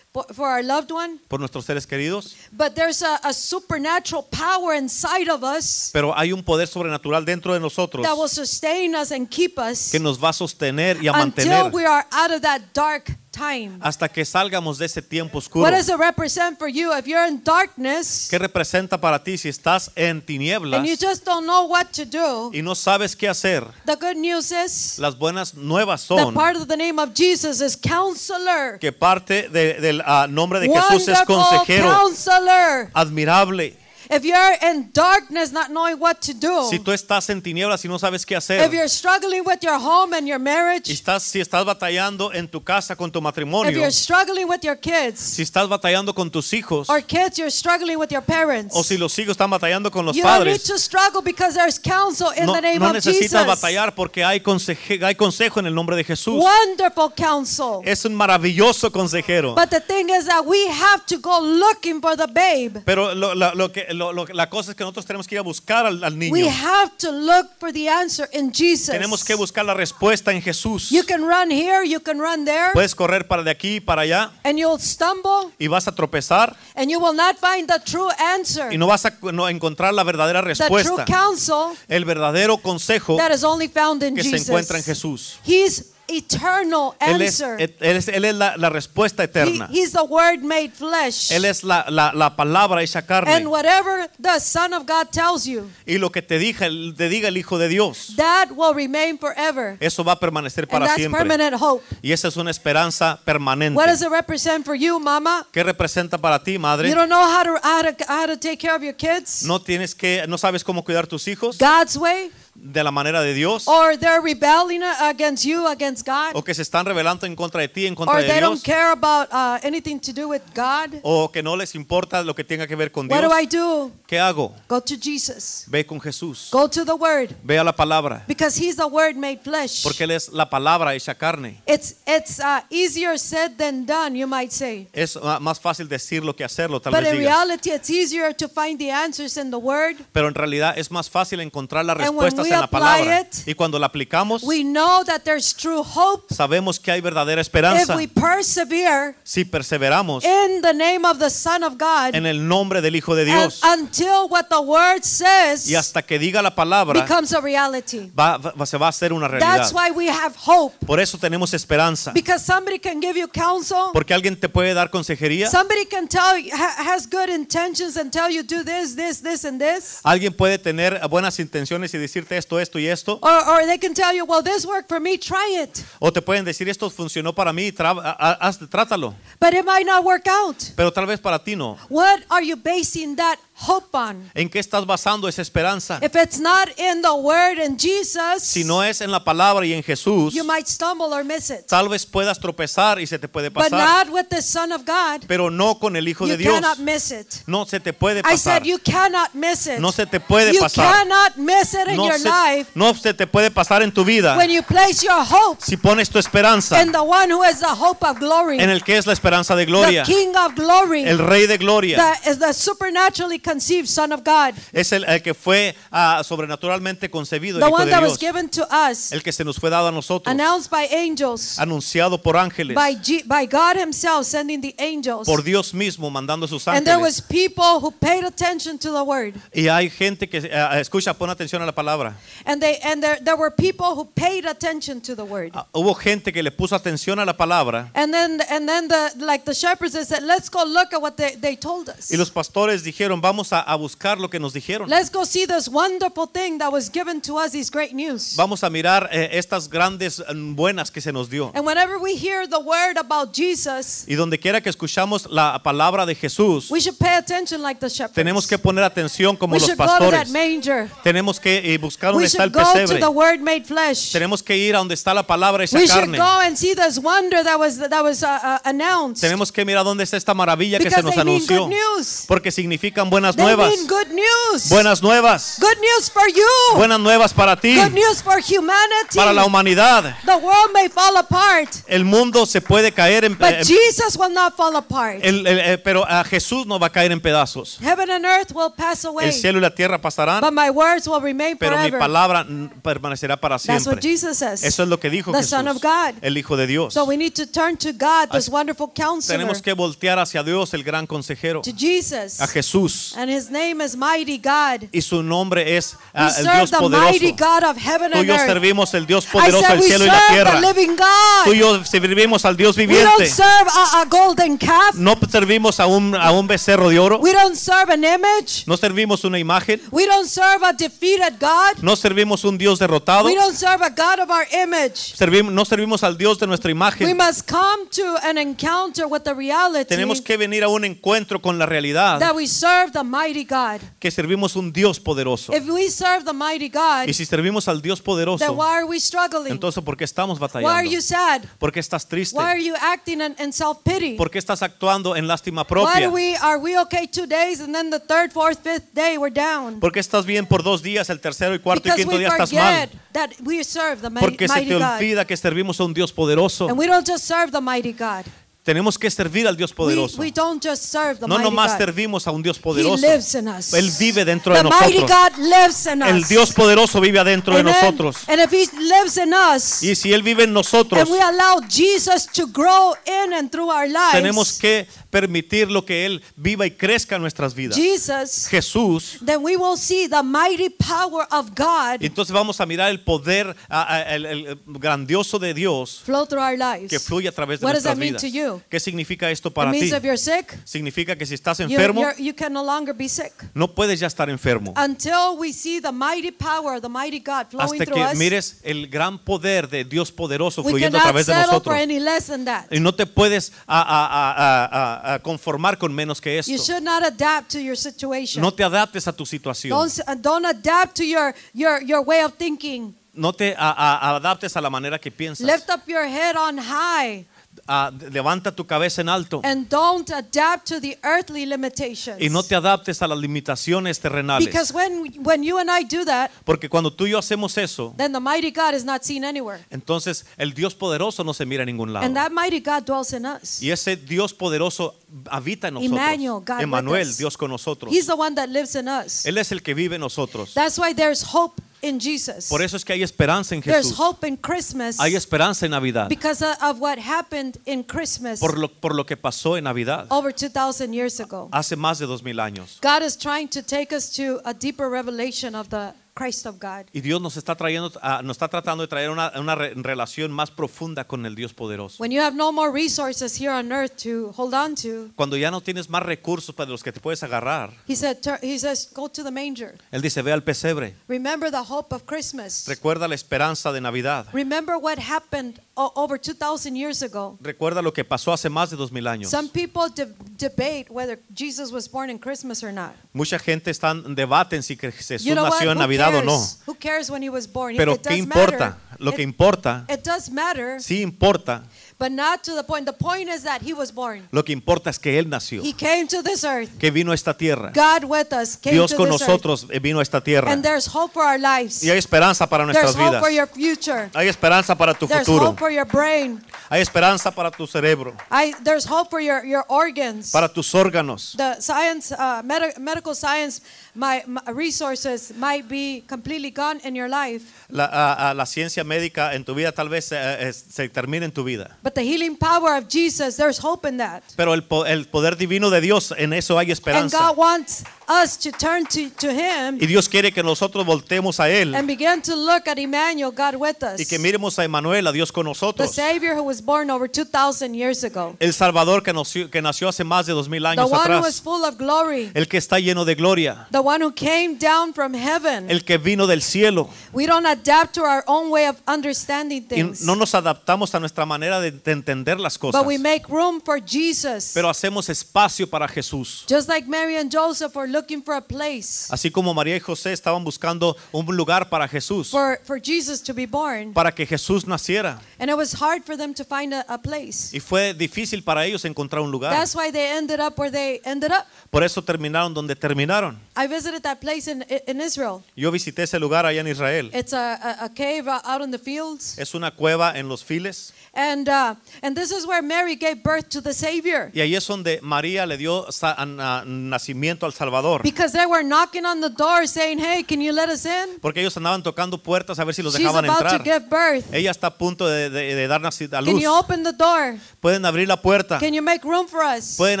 S1: for, for our loved one.
S2: por nuestros seres queridos,
S1: But there's a, a supernatural power inside of us
S2: pero hay un poder sobrenatural dentro de nosotros
S1: that will sustain us and keep us
S2: que nos va a sostener y a
S1: until
S2: mantener Ah,
S1: we are out of that dark time.
S2: hasta que salgamos de ese tiempo oscuro.
S1: What does it represent for you? If you're in darkness
S2: ¿Qué representa para ti si estás en tinieblas
S1: and you just don't know what to do,
S2: y no sabes qué hacer?
S1: the good news is
S2: Las buenas nuevas
S1: that
S2: son
S1: part of the name of Jesus is counselor,
S2: que parte de- del ah, nombre de Jesús es
S1: wonderful
S2: consejero,
S1: counselor,
S2: admirable,
S1: If you're in darkness not knowing what to do,
S2: Si tú estás en tinieblas y no sabes qué
S1: Oh. if
S2: hacer,
S1: you're struggling with your home and your
S2: y
S1: marriage,
S2: estás, si estás batallando en tu casa con tu
S1: if
S2: matrimonio,
S1: you're struggling with your kids,
S2: si estás batallando con tus hijos,
S1: or kids, you're struggling with your parents,
S2: o si los hijos están batallando con los
S1: you don't need
S2: padres,
S1: to struggle because there's counsel in
S2: no,
S1: the name
S2: no
S1: of
S2: necesitas
S1: Jesus.
S2: batallar porque hay, conseje- hay consejo en el nombre de Jesús.
S1: Wonderful counsel.
S2: Es un maravilloso consejero.
S1: But the thing is that we have to go looking for the babe.
S2: Pero lo- lo- lo que- lo- lo- la cosa es que nosotros tenemos que ir a buscar al, al niño.
S1: We have to look for the answer in Jesus.
S2: Tenemos que buscar la respuesta en Jesús.
S1: You can run here, you can run there,
S2: Puedes correr para de aquí y para allá
S1: and you'll stumble,
S2: y vas a tropezar
S1: and you will not find the true answer,
S2: y no vas a no, encontrar la verdadera
S1: the true
S2: respuesta.
S1: counsel
S2: El verdadero consejo
S1: that is only found in
S2: que se
S1: Jesus.
S2: encuentra en Jesús.
S1: He's eternal
S2: Él es,
S1: answer.
S2: él es- él es la, la respuesta
S1: He-
S2: eterna.
S1: he's the Word made flesh.
S2: Él es la, la- la palabra hecha carne.
S1: and whatever the Son of God tells you,
S2: Y lo que te diga, el- te diga el Hijo de Dios,
S1: that will remain forever.
S2: eso va a permanecer
S1: And
S2: para
S1: that's
S2: siempre. Mm-hmm.
S1: permanent hope.
S2: Y esa es una esperanza permanente.
S1: What does it represent for you, Mama?
S2: ¿Qué representa para ti, madre?
S1: You don't know how to, how to how to take care of your kids
S2: No tienes que, no sabes cómo cuidar tus hijos
S1: God's way,
S2: de la manera de Dios,
S1: or they're rebelling against you, against God,
S2: o que se están rebelando en contra de ti, en contra
S1: or
S2: de
S1: they
S2: Dios,
S1: don't care about uh, anything to do with God.
S2: o que no les importa lo que tenga que ver con
S1: What
S2: Dios.
S1: do I do?
S2: ¿Qué hago?
S1: Go to Jesus.
S2: Ve con Jesús.
S1: Go to the Word,
S2: Ve a la palabra,
S1: because He's the Word made flesh.
S2: porque él es la palabra hecha carne.
S1: It's it's uh, easier said than done, you might say.
S2: Es ma- más fácil decirlo que hacerlo, tal
S1: But
S2: vez
S1: in
S2: digas.
S1: reality, it's easier to find the answers in the Word.
S2: Pero en realidad es más fácil encontrar las
S1: And when
S2: respuestas
S1: we
S2: en la
S1: apply
S2: palabra.
S1: it,
S2: Y cuando la aplicamos,
S1: We know that there's true hope
S2: sabemos que hay verdadera
S1: if
S2: esperanza.
S1: we persevere
S2: Si perseveramos
S1: in the name of the Son of God.
S2: en el nombre del Hijo de Dios
S1: And until what the word says
S2: y hasta que diga la palabra,
S1: becomes a reality.
S2: va- va- se va a hacer una realidad.
S1: That's why we have hope.
S2: Por eso tenemos esperanza.
S1: Because somebody can give you counsel.
S2: Porque alguien te puede dar consejería.
S1: Somebody can tell you, ha- has good intentions and tell you do this, this, this, and this.
S2: Alguien puede tener buenas intenciones y decirte esto, esto y esto.
S1: Or, or they can tell you, well, this worked for me, try it.
S2: O te pueden decir esto funcionó para mí, tra- a- a- haz- trátalo.
S1: But it might not work out.
S2: Pero tal vez para ti no.
S1: What are you basing that hope on?
S2: ¿En qué estás basando esa esperanza?
S1: If it's not in the word and Jesus,
S2: Si no es en la palabra y en Jesús,
S1: you might stumble or miss it.
S2: tal vez puedas tropezar y se te puede
S1: But
S2: pasar.
S1: not with the Son of God.
S2: Pero no con el Hijo
S1: You
S2: de Dios.
S1: cannot miss it.
S2: No se te puede
S1: I
S2: pasar.
S1: said you cannot miss it.
S2: No se te puede
S1: you
S2: pasar.
S1: cannot miss it in
S2: No
S1: your
S2: se,
S1: life
S2: no se te puede pasar en tu vida
S1: when you place your hope
S2: si pones tu esperanza
S1: in the one who is the hope of glory,
S2: en el que es la esperanza de
S1: the
S2: gloria.
S1: King of glory,
S2: El Rey de Gloria
S1: the, is the supernaturally conceived Son of God,
S2: es el, el que fue ah, sobrenaturalmente concebido, el
S1: the
S2: Hijo
S1: one
S2: de
S1: that was
S2: Dios,
S1: given to us,
S2: el que se nos fue dado a nosotros,
S1: announced by angels,
S2: anunciado por ángeles,
S1: by, G, by God Himself sending the angels.
S2: por Dios mismo mandando sus
S1: and there was
S2: ángeles.
S1: people who paid attention to the word,
S2: Y hay gente que ah, escucha, pon atención a la palabra.
S1: and they and there there were people who paid attention to the word.
S2: Ah, Hubo gente que le puso atención a la palabra
S1: And then and then the like the shepherds they said, let's go look at what they, they told us.
S2: y los pastores dijeron, vamos a, a buscar lo que nos dijeron.
S1: Let's go see this wonderful thing that was given to us, these great news.
S2: Vamos a mirar eh, estas grandes mm, buenas que se nos dio.
S1: And whenever we hear the word about Jesus,
S2: Y donde quiera que escuchamos la palabra de Jesús,
S1: we should pay attention like the shepherds.
S2: tenemos que poner atención como
S1: we
S2: los
S1: should go to that
S2: pastores.
S1: manger.
S2: Tenemos que eh, buscar
S1: We
S2: donde está el
S1: should go to
S2: pesebre.
S1: the word made flesh.
S2: Tenemos que ir a donde está la palabra hecha
S1: We should
S2: carne.
S1: go and see this wonder that was that was uh, uh, announced.
S2: Tenemos que mirar dónde está esta maravilla que
S1: Because
S2: se nos
S1: they mean
S2: anunció.
S1: good news.
S2: Porque significan buenas
S1: They
S2: nuevas.
S1: mean good news.
S2: Buenas nuevas.
S1: Good news for you.
S2: Buenas nuevas para ti.
S1: Good news for humanity.
S2: Para la humanidad.
S1: the world may fall apart.
S2: El mundo se puede caer en
S1: But
S2: eh,
S1: Jesus will not fall apart.
S2: el- el- eh, pero a Jesús no va a caer en pedazos.
S1: Heaven and earth will pass away,
S2: El cielo y la tierra pasarán,
S1: but my words will remain
S2: pero mi
S1: forever.
S2: palabra mm, permanecerá para
S1: That's what
S2: siempre.
S1: Jesus says.
S2: Eso es lo que dijo
S1: The
S2: Jesús,
S1: Son of God.
S2: el Hijo de Dios.
S1: So we need to turn to God, this
S2: Así-
S1: wonderful counselor,
S2: Tenemos que voltear hacia Dios, el gran consejero,
S1: to Jesus.
S2: a Jesús.
S1: And his name is Mighty God.
S2: Y su nombre es ah,
S1: We
S2: el
S1: serve
S2: Dios
S1: the mighty
S2: poderoso.
S1: God of heaven
S2: Tú y
S1: and
S2: yo
S1: earth.
S2: servimos el Dios
S1: I
S2: poderoso
S1: said
S2: del
S1: we
S2: cielo y la
S1: serve the
S2: tierra.
S1: living
S2: Tú y
S1: God.
S2: yo servimos al Dios
S1: We don't
S2: viviente.
S1: serve a, a golden calf.
S2: No servimos a un, a un becerro de oro.
S1: We don't serve an image.
S2: No servimos una imagen.
S1: We don't serve a defeated God.
S2: No servimos un Dios derrotado.
S1: We don't serve a God of our image.
S2: Servim- no servimos al Dios de nuestra
S1: We
S2: imagen.
S1: must come to an encounter with the reality
S2: Tenemos que venir a un encuentro con la realidad.
S1: that we serve the mighty God,
S2: que servimos un Dios poderoso.
S1: if we serve the mighty God,
S2: Y si servimos al Dios
S1: then
S2: poderoso,
S1: why are we struggling?
S2: entonces ¿por qué estamos
S1: Why are you
S2: batallando?
S1: sad?
S2: ¿Por qué estás triste?
S1: Why are you acting in, in self pity?
S2: ¿Por qué estás actuando en lástima
S1: Why
S2: propia?
S1: do we are we okay two days and then the third, fourth, fifth day we're down?
S2: ¿Por qué estás bien por dos días, el tercero y cuarto y
S1: Because
S2: quinto
S1: we
S2: día estás mal?
S1: forget that we serve the mighty,
S2: Porque se
S1: mighty
S2: te
S1: God.
S2: olvida que servimos a un Dios poderoso.
S1: And we don't just serve the mighty God.
S2: Tenemos que servir al Dios
S1: We,
S2: poderoso.
S1: we don't just serve the
S2: No
S1: mighty
S2: nomás
S1: God.
S2: servimos a un Dios
S1: He
S2: poderoso.
S1: lives in us.
S2: Él vive dentro de
S1: the mighty
S2: nosotros.
S1: God lives in us.
S2: El Dios poderoso vive adentro de
S1: Amen.
S2: nosotros.
S1: And if he lives in us,
S2: Y si Él vive en nosotros,
S1: and we allow Jesus to grow in and through our lives,
S2: tenemos que permitir lo que Él viva y crezca en nuestras vidas.
S1: Jesus,
S2: Jesús,
S1: then we will see the mighty power of God
S2: y entonces vamos a mirar el poder a- a- el- el grandioso de Dios
S1: flow through our lives.
S2: que fluye a través de
S1: What does
S2: nuestras
S1: that mean
S2: vidas.
S1: to you?
S2: ¿Qué significa esto
S1: It
S2: para ti?
S1: means if you're sick,
S2: Significa que si estás
S1: you,
S2: enfermo,
S1: you're- you can no longer be sick.
S2: no puedes ya estar enfermo.
S1: Until we see the mighty power, the mighty God flowing
S2: Hasta
S1: through
S2: que
S1: us,
S2: mires el gran poder de Dios poderoso
S1: we
S2: fluyendo a
S1: cannot
S2: través de
S1: settle for
S2: nosotros.
S1: any less than that.
S2: Y no te puedes a- a- a- a- a- a conformar con menos que
S1: You
S2: esto.
S1: should not adapt to your situation.
S2: No te adaptes a tu situación.
S1: Don't, uh, don't adapt to your, your, your way of thinking.
S2: No te a- a- adaptes a la manera que piensas.
S1: Lift up your head on high
S2: Ah, levanta tu cabeza en alto
S1: and don't adapt to the earthly limitations.
S2: y no te adaptes a las limitaciones terrenales.
S1: because when, when you and I do that,
S2: Porque cuando tú y yo hacemos eso,
S1: then the mighty God is not seen anywhere.
S2: entonces el Dios poderoso no se mira a ningún lado.
S1: And that mighty God dwells in us.
S2: Oh. Y ese Dios poderoso habita en nosotros.
S1: Emmanuel, God with
S2: Emmanuel,
S1: us.
S2: Dios con nosotros.
S1: He's the one that lives in us.
S2: Él es el que vive en nosotros.
S1: That's why there's hope in Jesus.
S2: Por eso es que hay esperanza en
S1: There's
S2: Jesús.
S1: hope in Christmas
S2: Hay esperanza en Navidad.
S1: because of, of what happened in Christmas
S2: Por lo, Ah. por lo que pasó en Navidad
S1: over 2,000 years ago.
S2: hace más de dos mil años.
S1: God is trying to take us to a deeper revelation of the Christ of God.
S2: Y Dios nos está, trayendo, ah, nos está tratando de traer una, una re- relación más profunda con el Dios poderoso.
S1: When you have no more resources here on earth to hold on to,
S2: Cuando ya no tienes más recursos para los que te puedes agarrar,
S1: he said tur- he says go to the manger.
S2: Él dice, ve al pesebre,
S1: Remember the hope of Christmas.
S2: recuerda la esperanza de Navidad,
S1: Remember what happened o- over 2000 years ago.
S2: recuerda lo que pasó hace más de dos mil años.
S1: Some people de- debate whether Jesus was born in Christmas or not.
S2: Mucha gente está en debate en si que Jesús
S1: You know what?
S2: nació en
S1: Who
S2: Navidad o no,
S1: cares? Who cares when he was born? It-
S2: pero
S1: it
S2: ¿qué
S1: does
S2: importa?
S1: matter.
S2: Lo que
S1: It-
S2: importa,
S1: it does matter,
S2: sí importa,
S1: but not to the point. The point is that he was born.
S2: lo que importa es que Él nació,
S1: He came to this earth.
S2: que vino a esta tierra.
S1: God with us came
S2: Dios
S1: to
S2: con
S1: this earth.
S2: nosotros eh, vino a esta tierra.
S1: And there's hope for our lives.
S2: Y hay esperanza para
S1: There's
S2: nuestras
S1: hope
S2: vidas.
S1: for your future.
S2: Hay esperanza para tu
S1: There's
S2: futuro.
S1: hope for your brain.
S2: Hay esperanza para tu cerebro,
S1: I, there's hope for your, your organs.
S2: para tus órganos.
S1: The science, uh, medi- medical science, my, my resources might be completely gone in your life,
S2: La, a- a la ciencia médica en tu vida tal vez eh, eh, se termine en tu vida.
S1: but the healing power of Jesus, there's hope in that.
S2: Pero el, po- el poder divino de Dios, en eso hay
S1: And
S2: esperanza.
S1: God wants us to turn to, to Him
S2: Y Dios quiere que nosotros voltemos a Él
S1: and begin to look at Emmanuel, God with us,
S2: y que miremos a Emanuel, a Dios con
S1: the
S2: nosotros.
S1: Savior who was born over 2,000 years ago,
S2: El Salvador que nació, que nació hace más de dos mil
S1: the
S2: años
S1: one who was
S2: atrás.
S1: full of glory,
S2: El que está lleno de gloria.
S1: the one who came down from heaven.
S2: El que vino del cielo.
S1: We don't adapt to our own way of understanding
S2: Y
S1: things.
S2: no nos adaptamos a nuestra manera de, de entender las cosas.
S1: But we make room for Jesus.
S2: Pero hacemos espacio para Jesús.
S1: Just like Mary and Joseph were looking for a place
S2: Así como María y José estaban buscando un lugar para Jesús,
S1: for, for Jesus to be born.
S2: para que Jesús naciera.
S1: And it was hard for them to find a, a place.
S2: Y fue difícil para ellos encontrar un lugar.
S1: That's why they ended up where they ended up.
S2: Por eso terminaron donde terminaron.
S1: I visited that place in, in Israel.
S2: Yo visité ese lugar allá en Israel.
S1: It's a, a, a cave uh, out in the fields.
S2: Es una cueva en los files.
S1: And, uh, and this is where Mary gave birth to the Savior.
S2: Y ahí es donde María le dio sa- a- na- nacimiento al Salvador.
S1: Because they were knocking on the door saying, hey, can you let us in?
S2: Porque ellos andaban tocando puertas a ver si los
S1: She's
S2: dejaban
S1: about to
S2: entrar.
S1: give birth.
S2: Ella está a punto de, de- de dar naci- a
S1: Can
S2: luz. Ah.
S1: you open the door?
S2: Pueden abrir la puerta.
S1: Can you make room for us?
S2: Pueden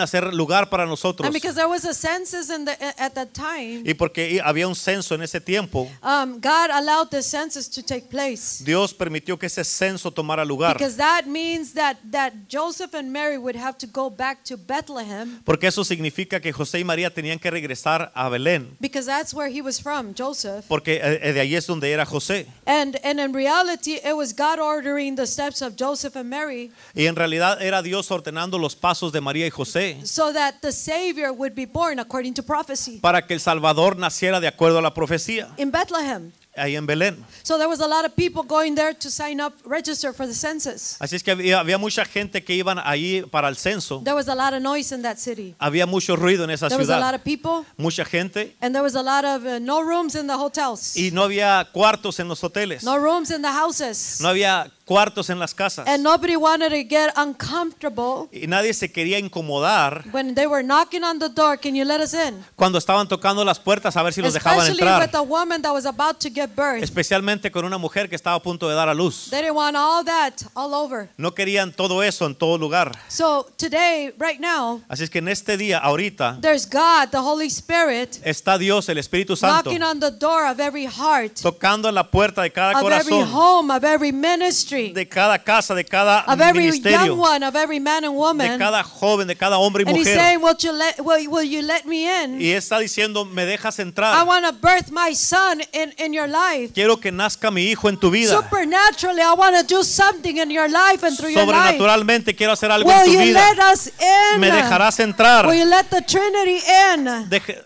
S2: hacer lugar para nosotros.
S1: And because there was a census in the, at that time,
S2: Y porque i- había un censo en ese tiempo,
S1: um, God allowed the census to take place.
S2: Dios permitió que ese censo tomara lugar.
S1: Because that means that, that Joseph and Mary would have to go back to Bethlehem
S2: Porque eso significa que José y María tenían que regresar a Belén,
S1: because that's where he was from, Joseph.
S2: porque eh, de allí es donde era José.
S1: And and in reality, it was God ordering the steps of Joseph and Mary
S2: Y en realidad era Dios ordenando los pasos de María y José
S1: so that the Savior would be born according to prophecy
S2: para que el Salvador naciera de acuerdo a la profecía,
S1: in Bethlehem.
S2: ahí en Belén.
S1: So there was a lot of people going there to sign up, register for the census.
S2: Así es que había, había mucha gente que iban allí para el censo,
S1: There was a lot of noise in that city.
S2: había mucho ruido en esa
S1: There was a lot
S2: ciudad,
S1: of people,
S2: mucha gente,
S1: and there was a lot of uh, no rooms in the hotels,
S2: y no había cuartos en los hoteles,
S1: no rooms in the houses,
S2: no había cuartos en las casas,
S1: and nobody wanted to get uncomfortable
S2: y nadie se quería incomodar
S1: when they were knocking on the door. Can you let us in?
S2: cuando estaban tocando las puertas a ver si los dejaban
S1: Especially
S2: entrar,
S1: with a woman that was about to give birth.
S2: especialmente con una mujer que estaba a punto de dar a luz.
S1: They didn't want all that all over.
S2: No querían todo eso en todo lugar.
S1: So today, right now,
S2: Así es que en este día, ahorita,
S1: there's God, the Holy Spirit,
S2: está Dios, el Espíritu Santo,
S1: knocking on the door of every heart,
S2: tocando la puerta de cada
S1: of every
S2: corazón,
S1: home, of every ministry,
S2: de cada casa, de cada
S1: of every young
S2: ministerio,
S1: one, of every man and
S2: de
S1: woman.
S2: cada joven, de cada hombre y
S1: And he's
S2: mujer.
S1: saying, will you, let, will, will you let me in?
S2: Y está diciendo, me dejas
S1: I
S2: entrar.
S1: want to birth my son in, in your life.
S2: Quiero que nazca mi hijo en tu vida.
S1: Supernaturally, I want to do something in your life and through your life.
S2: Sobrenaturalmente quiero hacer algo en
S1: Will
S2: tu
S1: you let
S2: vida.
S1: us in?
S2: Me dejarás
S1: Will
S2: entrar.
S1: you let the Trinity in?
S2: Deje-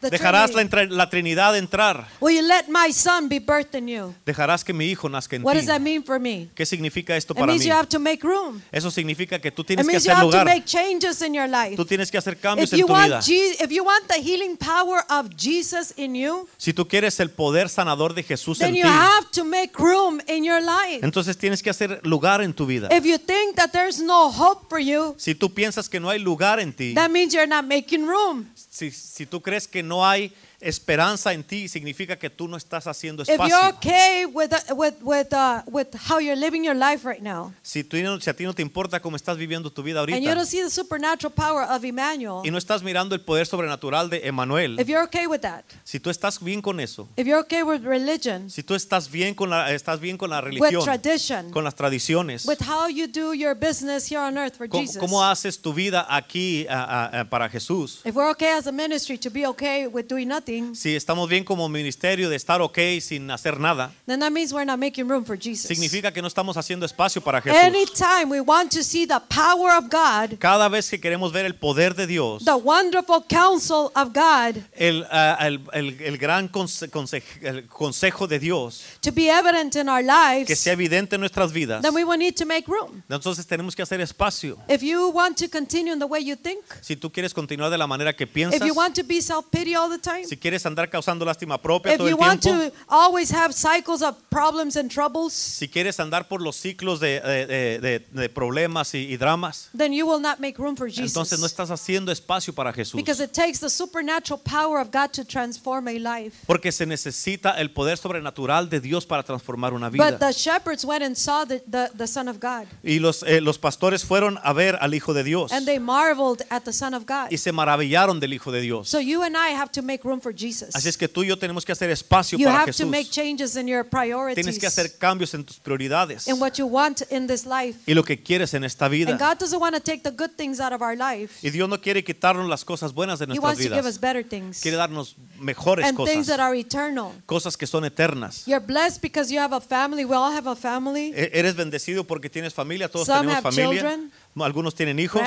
S1: The
S2: dejarás la,
S1: Trinity.
S2: entra- la Trinidad entrar.
S1: Will you let my son be birthed in you?
S2: Dejarás que mi hijo nazca en
S1: What does that
S2: ti.
S1: mean for me?
S2: ¿Qué significa esto
S1: It
S2: para mí?
S1: means you have to make room.
S2: Eso significa que tú
S1: It
S2: tienes que
S1: means you
S2: hacer
S1: have to
S2: lugar.
S1: make changes in your life.
S2: Tú tienes que hacer cambios
S1: If
S2: en
S1: you
S2: tu vida.
S1: want, Je- if you want the healing power of Jesus in you,
S2: Si tú quieres el poder sanador de Jesús en
S1: then
S2: ti,
S1: you have to make room in your life.
S2: entonces tienes que hacer lugar en tu vida.
S1: If you think that there's no hope for you,
S2: Si tú piensas que no hay lugar en ti,
S1: that means you're not making room.
S2: si, si tú crees que no hay esperanza en ti, significa que tú no estás haciendo
S1: If you're
S2: espacio.
S1: okay with with with uh, with how you're living your life right now,
S2: Si, tú no- si a ti no te importa cómo estás viviendo tu vida
S1: and you
S2: ahorita
S1: don't see the supernatural power of Emmanuel,
S2: y no estás mirando el poder sobrenatural de
S1: if
S2: Emanuel,
S1: you're okay with that,
S2: si tú estás bien con eso,
S1: if you're okay with religion,
S2: si tú estás bien con la, estás bien con la
S1: with
S2: religión,
S1: tradition,
S2: con las tradiciones,
S1: with how you do your business here on earth for
S2: ¿Cómo,
S1: Jesus.
S2: cómo haces tu vida aquí ah, ah, ah, para Jesús?
S1: If we're okay as a ministry to be okay with doing nothing,
S2: Si estamos bien como ministerio de estar ok sin hacer nada,
S1: then that means we're not making room for Jesus.
S2: significa que no estamos haciendo espacio para Jesús.
S1: Anytime we want to see the power of God,
S2: Cada vez que queremos ver el poder de Dios,
S1: the wonderful counsel of God
S2: el, ah, el- el- el gran conse- conse- el consejo de Dios,
S1: to be evident in our
S2: que
S1: lives,
S2: sea evidente en nuestras vidas,
S1: then we will need to make room.
S2: entonces tenemos que hacer espacio.
S1: If you want to continue in the way you think,
S2: Si tú quieres continuar de la manera que
S1: if
S2: piensas,
S1: you want to be self pity all the time,
S2: si quieres andar causando lástima propia
S1: if
S2: todo
S1: you
S2: el
S1: want
S2: tiempo,
S1: to always have cycles of problems and troubles,
S2: si quieres andar por los ciclos de, de- de- de- de problemas y, y dramas,
S1: then you will not make room for
S2: entonces no
S1: Jesus.
S2: estás haciendo espacio para Jesús.
S1: Because it takes the supernatural power of God to transform a life.
S2: Porque se necesita el poder sobrenatural de Dios para transformar una vida.
S1: But the shepherds went and saw the, the, the Son of God,
S2: Y los, eh, los pastores fueron a ver al Hijo de Dios
S1: and they marveled at the Son of God.
S2: y se maravillaron del Hijo de Dios.
S1: So you and I have to make room for
S2: Así
S1: Jesus.
S2: es que tú y yo tenemos que hacer espacio
S1: You
S2: para
S1: have to
S2: Jesús.
S1: make changes in your
S2: Tienes que
S1: priorities,
S2: hacer cambios en tus prioridades
S1: in what you want in this life.
S2: y lo que quieres en esta
S1: And
S2: vida.
S1: God doesn't want to take the good things out of our life.
S2: Y Dios no quiere quitarnos las cosas buenas de
S1: He
S2: nuestras
S1: wants to give us
S2: vidas.
S1: better things
S2: Quiere darnos mejores
S1: and things that
S2: cosas,
S1: are eternal.
S2: cosas que son eternas.
S1: You're blessed because you have a family. We all have a family,
S2: E- Eres bendecido porque tienes familia, todos
S1: Some
S2: tenemos
S1: have
S2: familia.
S1: children.
S2: Algunos tienen hijos,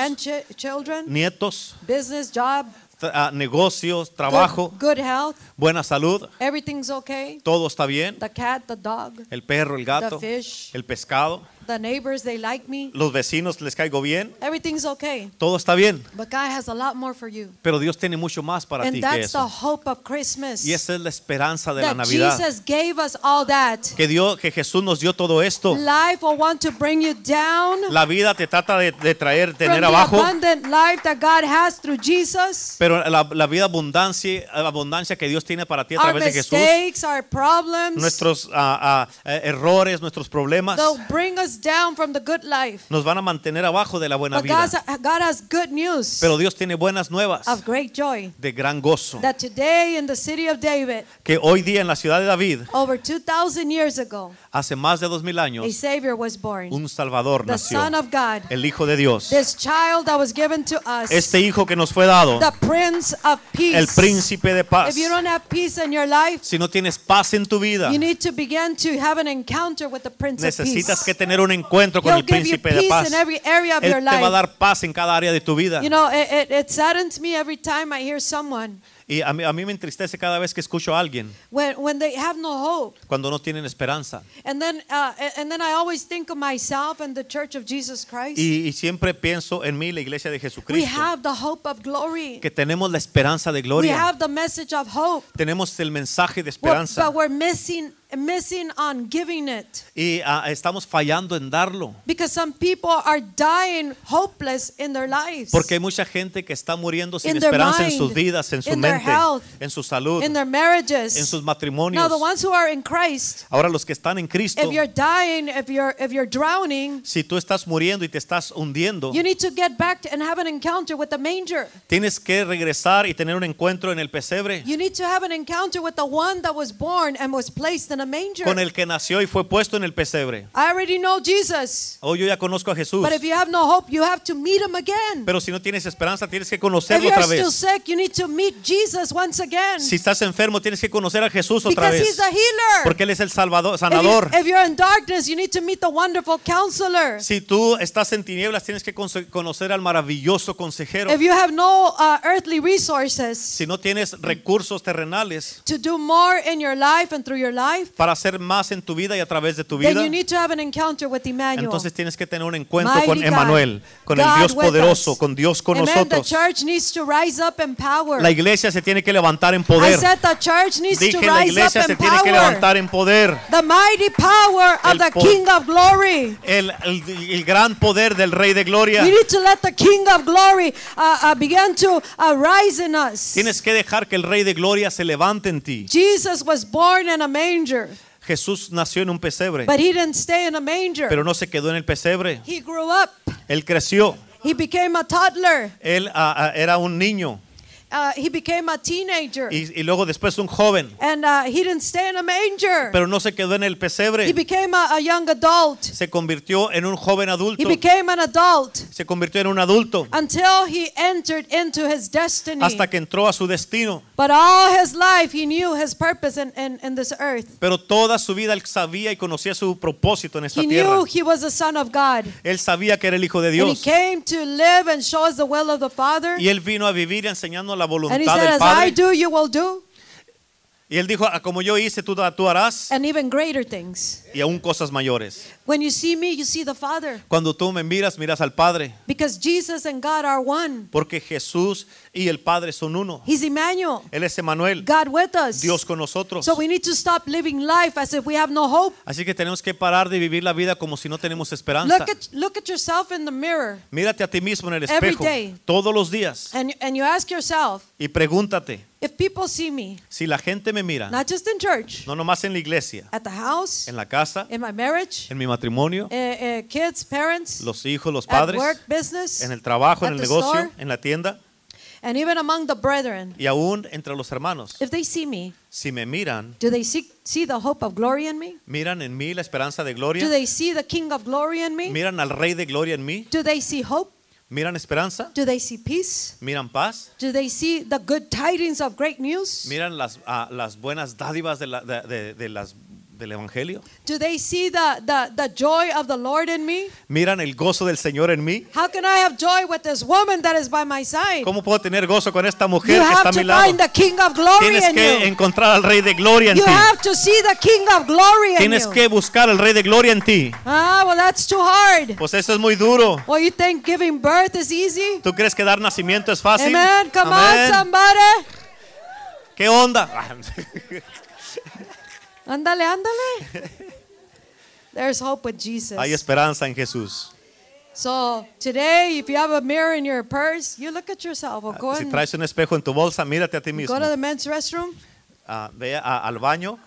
S1: grandchildren,
S2: nietos,
S1: business, job,
S2: tra- ah, negocios,
S1: good-
S2: trabajo.
S1: good health.
S2: buena salud,
S1: Everything's okay.
S2: todo está bien,
S1: The cat, the dog,
S2: el perro, el
S1: the
S2: gato,
S1: fish,
S2: el pescado,
S1: the neighbors, they like me.
S2: los vecinos les caigo bien,
S1: Everything's okay.
S2: todo está bien,
S1: But God has a lot more for you.
S2: pero Dios tiene mucho más para ti
S1: And
S2: que
S1: that's the
S2: eso.
S1: hope of Christmas.
S2: Y esa es la esperanza de la
S1: That
S2: Navidad,
S1: Jesus gave us all that.
S2: que Dios, que Jesús nos dio todo esto.
S1: Life will want to bring you down
S2: La vida te trata de, de traer,
S1: from
S2: tener
S1: the
S2: abajo,
S1: abundant life that God has through Jesus.
S2: pero la, la vida abundancia, la abundancia que Dios tiene para ti a
S1: Our
S2: través de Jesús,
S1: mistakes, our problems,
S2: nuestros ah, ah, eh, errores, nuestros problemas,
S1: they'll bring us down from the good life.
S2: Nos van a mantener abajo de la buena
S1: But
S2: vida.
S1: God's, God has good news
S2: Pero Dios tiene buenas nuevas
S1: of great joy
S2: de gran gozo.
S1: that today in the city of David,
S2: Que hoy día en la ciudad de David,
S1: over 2,000 years ago,
S2: hace más de dos mil
S1: a
S2: años,
S1: Savior was born.
S2: un Salvador
S1: The
S2: nació.
S1: Son of God,
S2: El Hijo de Dios.
S1: this child that was given to us,
S2: Este Hijo que nos fue dado.
S1: the Prince of
S2: El
S1: Peace.
S2: Príncipe de Paz.
S1: If you don't have peace in your life,
S2: Si no tienes paz en tu vida,
S1: you need to begin to have an encounter with the Prince of
S2: necesitas
S1: Peace.
S2: que tener un encuentro con
S1: He'll
S2: el
S1: give you
S2: Príncipe de
S1: peace
S2: Paz.
S1: in every area of
S2: Él
S1: your
S2: te va a
S1: life.
S2: dar paz en cada área de tu vida.
S1: You know, it, it, it saddens me every time I hear someone
S2: Y a mí, a mí me entristece cada vez que escucho a alguien
S1: when, when they have no hope.
S2: cuando no tienen esperanza.
S1: And then, uh, a- and then I always think of myself and the Church of Jesus Christ.
S2: Y, y siempre pienso en mí, la iglesia de
S1: we
S2: Jesucristo,
S1: have the hope of glory.
S2: que tenemos la esperanza de
S1: We
S2: gloria.
S1: have the message of hope.
S2: Tenemos el mensaje
S1: We're-
S2: de esperanza
S1: but we're missing missing on giving it
S2: y ah, estamos fallando en darlo.
S1: because some people are dying hopeless in their lives,
S2: Porque hay mucha gente que está muriendo sin
S1: In their
S2: esperanza en
S1: mind,
S2: sus vidas, en su
S1: in their
S2: mente,
S1: health,
S2: en su salud,
S1: in their
S2: en
S1: marriages.
S2: sus
S1: Now,
S2: matrimonios.
S1: the ones who are in Christ,
S2: Ahora los que están en Cristo,
S1: if you're dying, if you're if you're drowning,
S2: si tú estás muriendo y te estás hundiendo,
S1: you need to get back and have an encounter with the manger.
S2: tienes que regresar y tener un encuentro en el pesebre
S1: You need to have an encounter with the one that was born and was placed in a manger.
S2: con el que nació y fue puesto en el pesebre.
S1: I already know Jesus.
S2: Hoy yo ya conozco a Jesús,
S1: But if you have no hope, you have to meet him again.
S2: pero si no tienes esperanza, tienes que
S1: If
S2: conocerlo
S1: you're
S2: otra
S1: still
S2: vez.
S1: sick, you need to meet Jesus once again.
S2: Si estás enfermo, tienes que conocer a Jesús otra
S1: Because he's
S2: vez,
S1: the healer.
S2: porque Él es el salvador,
S1: if, you,
S2: sanador.
S1: if you're in darkness, you need to meet the wonderful counselor.
S2: Si tú estás en tinieblas, tienes que conse- conocer al maravilloso consejero.
S1: If you have no uh, earthly resources
S2: Si no tienes recursos terrenales
S1: to do more in your life and through your life,
S2: para hacer más en tu vida y a través de tu
S1: then
S2: vida,
S1: you need to have an encounter with Emmanuel.
S2: entonces tienes que tener un encuentro
S1: Mighty
S2: con
S1: God,
S2: Emmanuel, con el
S1: God
S2: Dios
S1: with
S2: poderoso,
S1: us.
S2: con Dios con
S1: Amen.
S2: nosotros.
S1: The church needs to rise up in power.
S2: La iglesia se tiene que levantar en
S1: I
S2: poder.
S1: said the church needs to
S2: Dije, la
S1: rise up
S2: iglesia se
S1: in
S2: tiene que
S1: power.
S2: levantar en poder.
S1: The mighty power
S2: El
S1: of the
S2: po-
S1: King of glory.
S2: El, el- el gran poder del Rey de Gloria.
S1: We need to let the King of Glory uh, uh, begin to uh, rise in us.
S2: Tienes que dejar que el Rey de Gloria se levante en ti.
S1: Jesus was born in a manger,
S2: Jesús nació en un pesebre,
S1: but he didn't stay in a manger.
S2: pero no se quedó en el pesebre.
S1: he grew up.
S2: Él creció.
S1: He became a toddler.
S2: Él ah, ah, era un niño
S1: Uh, he became a teenager.
S2: y, y luego después un joven,
S1: and uh, he didn't stay in a manger.
S2: pero no se quedó en el
S1: he
S2: pesebre.
S1: became a, a young adult.
S2: Se convirtió en un joven
S1: He
S2: adulto.
S1: became an adult
S2: Se convirtió en un adulto
S1: until he entered into his destiny.
S2: hasta que entró a su destino.
S1: but all his life, he knew his purpose in, in, in this earth.
S2: Pero toda su vida él sabía y conocía su propósito en esta
S1: He
S2: tierra.
S1: knew he was the son of God.
S2: Él sabía que era el Hijo de
S1: And he
S2: Dios.
S1: came to live and show us the will of the Father.
S2: Y él vino a vivir enseñando la
S1: and he
S2: voluntad
S1: said,
S2: del
S1: As I
S2: Padre.
S1: do, you will do,
S2: Y él dijo, "Ah, como yo hice, tú, tú harás
S1: and even greater things.
S2: y aún cosas mayores.
S1: When you see me, you see the Father.
S2: Cuando tú me miras, miras al Padre.
S1: Because Jesus and God are one.
S2: Porque Jesús y el Padre son uno.
S1: He's Emmanuel,
S2: Él es Emanuel,
S1: God with us.
S2: Dios con nosotros.
S1: So we need to stop living life as if we have no hope.
S2: Así que tenemos que parar de vivir la vida como si no tenemos esperanza.
S1: Look at, look at yourself in the mirror
S2: Mírate a ti mismo en el
S1: Every
S2: espejo
S1: day.
S2: todos los días
S1: and, and you ask yourself,
S2: y pregúntate,
S1: if people see me,
S2: si la gente me mira,
S1: not just in church,
S2: Ah. no nomás en la iglesia,
S1: at the house,
S2: en la casa,
S1: in my marriage,
S2: en mi matrimonio,
S1: uh, uh, kids, parents,
S2: los hijos, los
S1: at
S2: padres,
S1: work, business,
S2: en el trabajo, en
S1: at
S2: el
S1: the
S2: negocio,
S1: store.
S2: en la tienda
S1: and even among the brethren.
S2: y aún entre los hermanos.
S1: If they see me,
S2: Si me miran,
S1: do they see, see the hope of glory in me?
S2: miran en mí la esperanza de
S1: Do
S2: gloria,
S1: they see the King of glory in me?
S2: miran al Rey de gloria en mí,
S1: Do they see hope?
S2: miran esperanza,
S1: Do they see peace?
S2: miran paz,
S1: Do they see the good tidings of great news?
S2: miran las, ah, las buenas dádivas de la- de- de- de las, del Evangelio,
S1: Do they see the, the, the joy of the Lord in me?
S2: miran el gozo del Señor en mí.
S1: How can I have joy with this woman that is by my side?
S2: ¿Cómo puedo tener gozo con esta
S1: You
S2: mujer que está a
S1: have
S2: mi
S1: to
S2: lado?
S1: find the King of glory
S2: Tienes
S1: in
S2: que
S1: you.
S2: encontrar al Rey de Gloria en
S1: You
S2: ti.
S1: have to see the King of glory in
S2: Tienes
S1: you.
S2: que buscar al Rey de Gloria en ti.
S1: Ah, well, that's too hard.
S2: Pues eso es muy duro.
S1: Well, you think giving birth is easy?
S2: ¿Tú crees que dar nacimiento es fácil?
S1: Amen. Come
S2: Amén.
S1: on, somebody.
S2: ¿Qué onda?
S1: Ándale, ándale. There's hope with Jesus.
S2: Hay esperanza en Jesús.
S1: So today, if you have a mirror in your purse, you look at yourself. Or go,
S2: Ah, Si
S1: in-
S2: traes un espejo en tu bolsa, mírate a ti mismo.
S1: go to the men's restroom.
S2: Ah, ve a- al baño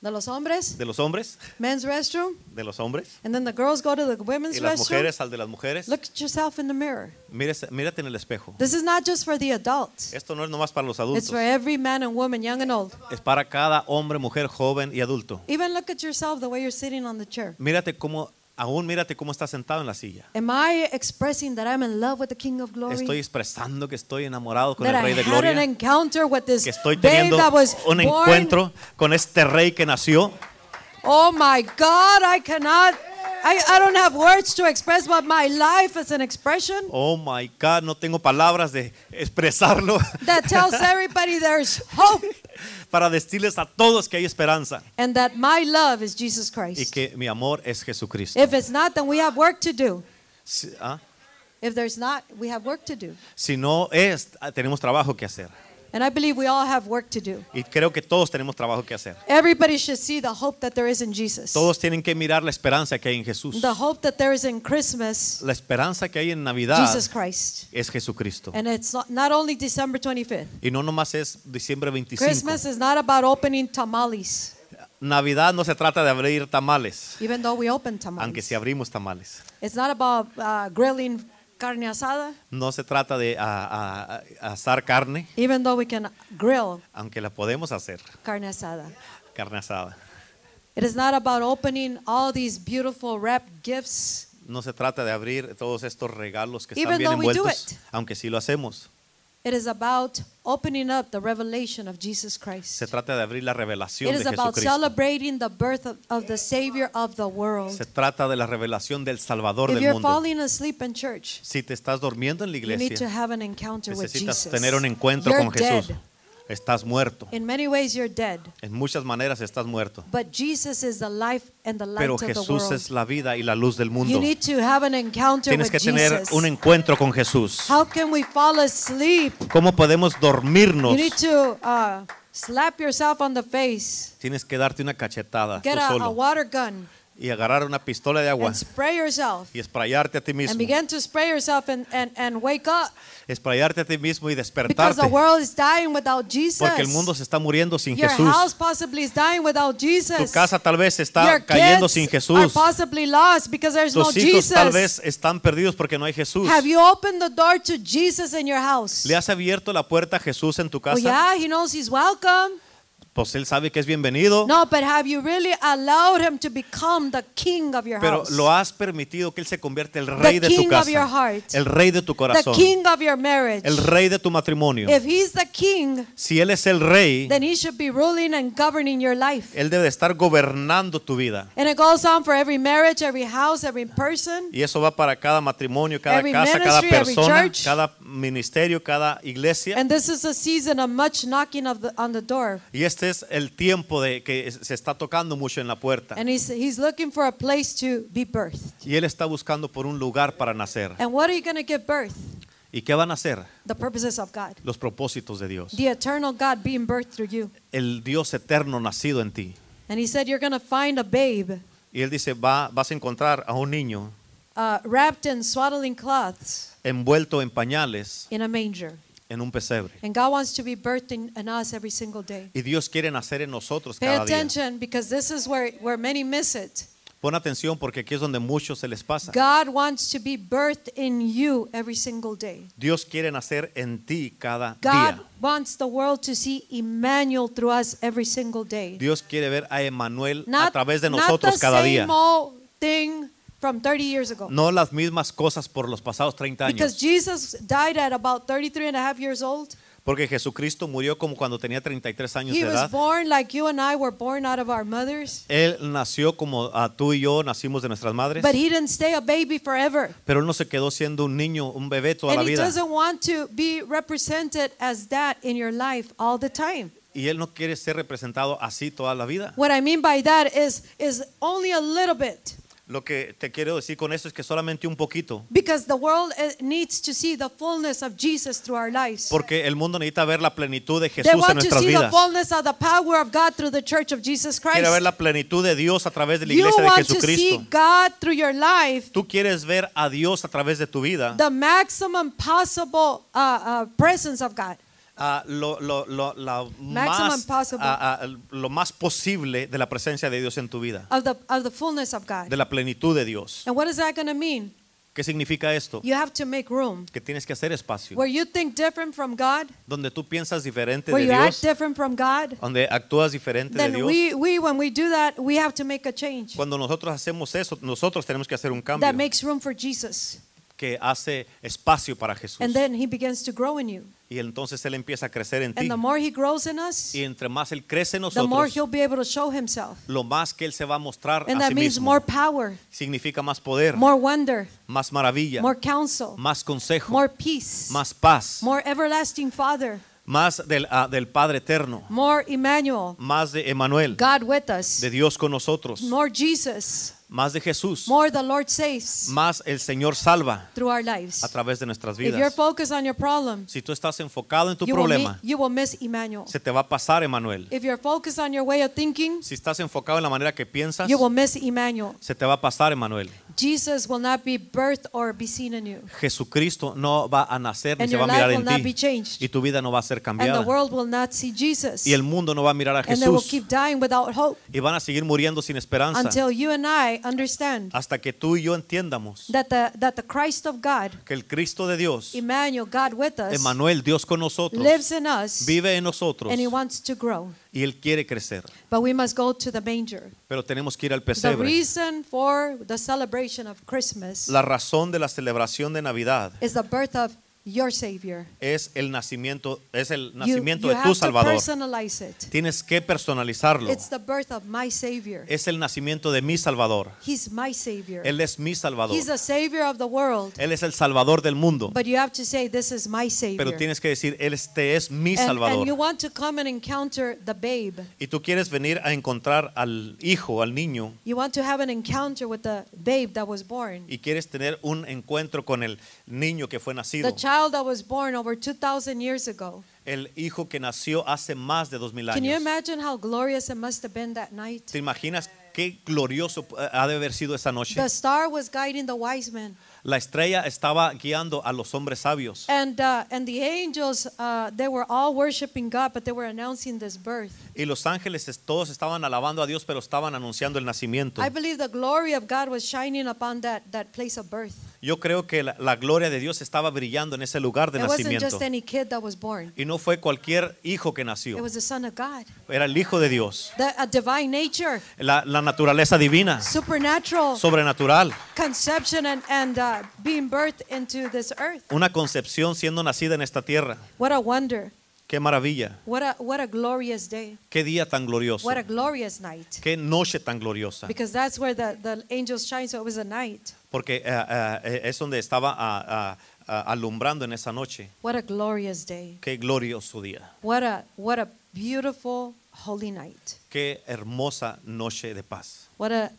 S1: de los hombres,
S2: de los hombres,
S1: men's restroom,
S2: de los hombres,
S1: and then the girls go to the
S2: y
S1: women's
S2: las
S1: restroom.
S2: mujeres al de las mujeres.
S1: Look at yourself in the mirror.
S2: Mírese- mírate en el espejo.
S1: This is not just for the adults.
S2: Esto no es nomás para los
S1: It's
S2: adultos,
S1: for every man and woman, young and old.
S2: es para cada hombre, mujer, joven y adulto.
S1: Even look at yourself the way you're sitting on the chair.
S2: Mírate cómo, aún mírate cómo estás sentado en la silla.
S1: Am I expressing that I'm in love with the King of Glory?
S2: Estoy expresando que estoy enamorado con
S1: that
S2: el
S1: I
S2: Rey de
S1: had an
S2: Gloria,
S1: encounter with this
S2: que estoy
S1: babe
S2: teniendo
S1: that was
S2: un
S1: pues, born.
S2: encuentro con este Rey que nació.
S1: Oh my God, I cannot. I, I don't have words to express what my life is an expression
S2: Oh my God, no tengo palabras de expresarlo
S1: that tells everybody there's hope
S2: para decirles a todos que hay esperanza
S1: and that my love is Jesus
S2: y
S1: Christ.
S2: que mi amor es Jesucristo.
S1: If it's not, then we have work to do.
S2: Si, ah,
S1: If there's not, we have work to do.
S2: si no es, ah, tenemos trabajo que hacer.
S1: And I believe we all have work to do.
S2: Y creo que todos tenemos trabajo que hacer.
S1: Everybody should see the hope that there is in Jesus.
S2: Todos tienen que mirar la esperanza que hay en Jesús.
S1: The hope that there is in Christmas,
S2: La esperanza que hay en Navidad
S1: Jesus Christ.
S2: es Jesucristo.
S1: And it's not, not only December 25th.
S2: Y no nomás es diciembre 25.
S1: Christmas is not about opening tamales,
S2: Navidad no se trata de abrir tamales,
S1: even though we open
S2: aunque
S1: tamales.
S2: si abrimos tamales.
S1: It's not about uh, grilling carne asada,
S2: No se trata de ah, ah, asar carne,
S1: even though we can grill
S2: aunque la podemos hacer,
S1: carne asada.
S2: carne asada.
S1: It is not about opening all these beautiful wrapped gifts,
S2: No se trata de abrir todos estos regalos que
S1: Even
S2: están bien
S1: though we do
S2: envueltos,
S1: it.
S2: aunque sí lo hacemos.
S1: it is about opening up the revelation of Jesus Christ.
S2: Se trata de abrir la
S1: It
S2: revelación
S1: is
S2: de
S1: about
S2: Jesucristo.
S1: celebrating the birth of, of the Savior of the world.
S2: Se trata de la revelación del Salvador
S1: If
S2: del
S1: you're
S2: mundo.
S1: falling asleep in church,
S2: Si te estás durmiendo en la
S1: you need to
S2: iglesia,
S1: have an encounter with
S2: necesitas
S1: Jesus.
S2: tener un encuentro
S1: You're
S2: con Jesús.
S1: dead.
S2: Estás muerto.
S1: In many ways, you're dead.
S2: En muchas maneras estás muerto.
S1: But Jesus is the life and the light
S2: Pero
S1: of the world.
S2: Jesús es la vida y la luz del
S1: You
S2: mundo.
S1: need to have an encounter
S2: Tienes
S1: with
S2: que tener
S1: Jesus.
S2: un encuentro con Jesús.
S1: How can we fall asleep?
S2: ¿Cómo podemos
S1: You
S2: dormirnos?
S1: need to uh, slap yourself on the face,
S2: Tienes que darte una cachetada tú
S1: get a, a
S2: solo
S1: water gun,
S2: y agarrar una pistola de agua
S1: and spray yourself.
S2: y esprayarte a ti
S1: And
S2: mismo.
S1: begin to spray yourself and, and, and wake up
S2: Esprayarte a ti mismo y
S1: because the
S2: despertarte.
S1: world is dying without Jesus.
S2: Porque el mundo se está muriendo sin
S1: Your
S2: Jesús.
S1: house possibly is dying without Jesus.
S2: Tu casa tal vez
S1: Your
S2: está
S1: kids
S2: cayendo sin
S1: are
S2: Jesús.
S1: possibly lost because there's no
S2: Tus hijos
S1: Jesus.
S2: tal vez están perdidos porque no hay Jesús.
S1: Have you opened the door to Jesus in your house?
S2: ¿Le has abierto la puerta a Jesús en tu
S1: Oh,
S2: casa?
S1: yeah, he knows he's welcome.
S2: Pues él sabe que es bienvenido.
S1: No, but have you really allowed him to become the king of your
S2: Pero
S1: house?
S2: lo has permitido que Él se convierta el rey de
S1: king
S2: tu
S1: of your
S2: casa,
S1: heart.
S2: el rey de tu
S1: the
S2: corazón,
S1: king of your marriage.
S2: el rey de tu matrimonio.
S1: If he's the king,
S2: Si Él es el rey,
S1: then he should be ruling and governing your life.
S2: Él debe de estar gobernando tu vida.
S1: And it goes on for every marriage, every house, every person.
S2: Y eso va para cada matrimonio, cada
S1: Every
S2: casa, cada
S1: ministry, every
S2: persona,
S1: church.
S2: cada ministerio, cada iglesia.
S1: And this is a season of much knocking of the, on the door.
S2: Y este es el tiempo de que es- se está tocando mucho en la puerta.
S1: And he's, he's looking for a place to be birthed.
S2: Y Él está buscando por un lugar para nacer.
S1: And what are you going to give birth?
S2: ¿Y qué van a hacer?
S1: The purposes of God.
S2: Los propósitos de Dios.
S1: The eternal God being birthed through you.
S2: El Dios eterno nacido en ti.
S1: And he said, You're going to find a babe
S2: Y Él dice, va, vas a encontrar a un niño
S1: uh, wrapped in swaddling cloths
S2: envuelto en pañales
S1: in a manger.
S2: en un pesebre.
S1: And God wants to be birthed in, in us every single day.
S2: Y Dios quiere nacer en nosotros
S1: Pay
S2: cada día.
S1: attention because this is where, where many miss it.
S2: Pon atención porque aquí es donde muchos se les pasa.
S1: God wants to be birthed in you every single day.
S2: Dios quiere nacer en ti cada
S1: God
S2: día.
S1: wants the world to see Emmanuel through us every single day.
S2: Dios quiere ver a Emanuel a
S1: Not-
S2: través de
S1: not
S2: nosotros
S1: the
S2: cada
S1: same
S2: día.
S1: old thing from 30 years ago.
S2: No las mismas cosas por los pasados 30
S1: Because
S2: años.
S1: Jesus died at about 33 and a half years old.
S2: Porque Jesucristo murió como cuando tenía 33 años de
S1: He was
S2: edad.
S1: born like you and I were born out of our mothers.
S2: Él nació como ah, tú y yo nacimos de nuestras madres.
S1: But he didn't stay a baby forever.
S2: Pero él no se quedó siendo un niño, un bebé toda
S1: And
S2: la
S1: he
S2: vida.
S1: doesn't want to be represented as that in your life all the time.
S2: Y él no quiere ser representado así toda la vida.
S1: What I mean by that is is only a little bit
S2: Lo que te quiero decir con eso es que solamente un poquito,
S1: because the world eh, needs to see the fullness of Jesus through our lives.
S2: porque el mundo necesita ver la plenitud de Jesús
S1: They
S2: en
S1: want to
S2: nuestras
S1: see the
S2: vidas.
S1: fullness of the power of God through the church of Jesus
S2: Quiere ver
S1: Christ.
S2: la plenitud de Dios a través de la
S1: You
S2: iglesia de
S1: want to see
S2: Jesucristo.
S1: God through your life
S2: Tú quieres ver a Dios a través de tu vida,
S1: the maximum possible uh, uh, presence of God.
S2: ah, lo, lo- lo- la
S1: Maximum
S2: más,
S1: possible.
S2: ah, ah, lo más posible de la presencia de Dios en tu vida,
S1: of the, of the fullness of God.
S2: de la plenitud de Dios.
S1: And what is that going to mean?
S2: ¿Qué significa esto?
S1: You have to make room.
S2: Que tienes que hacer espacio.
S1: Where you think different from God,
S2: Donde tú piensas diferente
S1: where you
S2: de
S1: act
S2: Dios,
S1: different from God,
S2: donde actúas diferente de
S1: then
S2: Dios.
S1: we, we, when we do that, we have to make a change
S2: Cuando nosotros hacemos eso, nosotros tenemos que hacer un cambio
S1: that makes room for Jesus.
S2: que hace espacio para Jesús.
S1: And then he begins to grow in you.
S2: y entonces Él empieza a crecer en ti.
S1: And the more he grows in us,
S2: Y entre más Él crece en
S1: the more
S2: nosotros,
S1: he'll be able to show himself.
S2: lo más que Él se va a mostrar
S1: And
S2: a
S1: that
S2: sí
S1: means
S2: mismo.
S1: more power,
S2: Significa más poder,
S1: more wonder,
S2: más maravilla,
S1: more counsel,
S2: más consejo,
S1: more peace,
S2: más paz,
S1: more everlasting Father,
S2: más del, ah, del Padre Eterno,
S1: more Emmanuel,
S2: más de Emanuel,
S1: God with us,
S2: de Dios con nosotros,
S1: more Jesus,
S2: más de Jesús,
S1: more the Lord saves
S2: más el Señor salva
S1: through our
S2: a
S1: lives.
S2: través de nuestras
S1: If you're
S2: vidas.
S1: focused on your problem,
S2: Si tú estás enfocado en tu
S1: you will, meet,
S2: problema,
S1: you will miss Emmanuel.
S2: se te va a pasar Emanuel.
S1: If you're focused on your way of thinking,
S2: Si estás enfocado en la manera que piensas,
S1: you will miss Emmanuel.
S2: se te va a pasar, Emanuel.
S1: Jesus will not be birthed or be seen in you.
S2: Jesucristo no va a nacer ni
S1: And
S2: se va a
S1: your
S2: mirar
S1: life will not
S2: en
S1: be
S2: ti.
S1: changed.
S2: Y tu vida no va a ser
S1: And the
S2: cambiada.
S1: world will not see Jesus.
S2: Y el mundo no va a mirar a
S1: And they will
S2: Jesús.
S1: keep dying without hope
S2: Y van a seguir muriendo sin esperanza.
S1: until you and I understand
S2: Hasta que tú y yo entiendamos
S1: that the, that the Christ of God,
S2: que el Cristo de Dios,
S1: Emmanuel, God with us,
S2: Emanuel, Dios con nosotros,
S1: lives in us
S2: vive en nosotros.
S1: and he wants to grow.
S2: Y Él quiere crecer.
S1: But we must go to the manger.
S2: Pero tenemos que ir al
S1: The
S2: pesebre.
S1: reason for the celebration of Christmas
S2: La razón de la celebración de Navidad
S1: is the birth of your Savior.
S2: es el nacimiento, es el
S1: You,
S2: nacimiento
S1: you
S2: de tu
S1: have to
S2: Salvador.
S1: personalize it.
S2: Tienes que personalizarlo.
S1: It's the birth of my Savior.
S2: es el nacimiento de mi Salvador.
S1: He's my Savior.
S2: Él es mi Salvador.
S1: He's the Savior of the world.
S2: Él es el Salvador del mundo.
S1: But you have to say, This is my Savior.
S2: Pero tienes que decir, Él este es mi
S1: and, and you
S2: Salvador.
S1: want to come and encounter the babe.
S2: Y tú quieres venir a encontrar al hijo, al niño,
S1: You want to have an encounter with the babe that was born.
S2: y quieres tener un encuentro con el niño que fue
S1: The
S2: nacido,
S1: child that was born over 2,000 years ago.
S2: el hijo que nació hace más de dos mil
S1: Can you
S2: años.
S1: imagine how glorious it must have been that night?
S2: ¿Te imaginas qué glorioso eh, ha de haber sido esa noche?
S1: The star was guiding the wise men,
S2: La estrella estaba guiando a los hombres sabios
S1: and uh, and the angels uh, they were all worshiping God, but they were announcing this birth.
S2: y los ángeles es- todos estaban alabando a Dios, pero estaban anunciando el nacimiento.
S1: I believe the glory of God was shining upon that that place of birth.
S2: Yo creo que la, la gloria de Dios estaba brillando en ese lugar de
S1: It wasn't
S2: nacimiento.
S1: just any kid that was born;
S2: Y no fue cualquier hijo que
S1: it
S2: nació,
S1: was the Son of God,
S2: era el Hijo de Dios.
S1: the, a divine nature,
S2: La, la naturaleza divina,
S1: supernatural
S2: sobrenatural,
S1: conception, and and uh, being birthed into this earth.
S2: una concepción siendo nacida en esta tierra.
S1: What a wonder!
S2: Qué maravilla,
S1: What a what a glorious day!
S2: qué día tan glorioso,
S1: What a glorious night!
S2: qué noche tan gloriosa,
S1: Because that's where the, the angels shine, so it was a night.
S2: porque eh, eh, eh, es donde estaba ah, ah, ah, alumbrando en esa noche.
S1: What a glorious day.
S2: Qué glorioso día,
S1: What a what a beautiful holy night.
S2: qué hermosa noche de paz.
S1: What a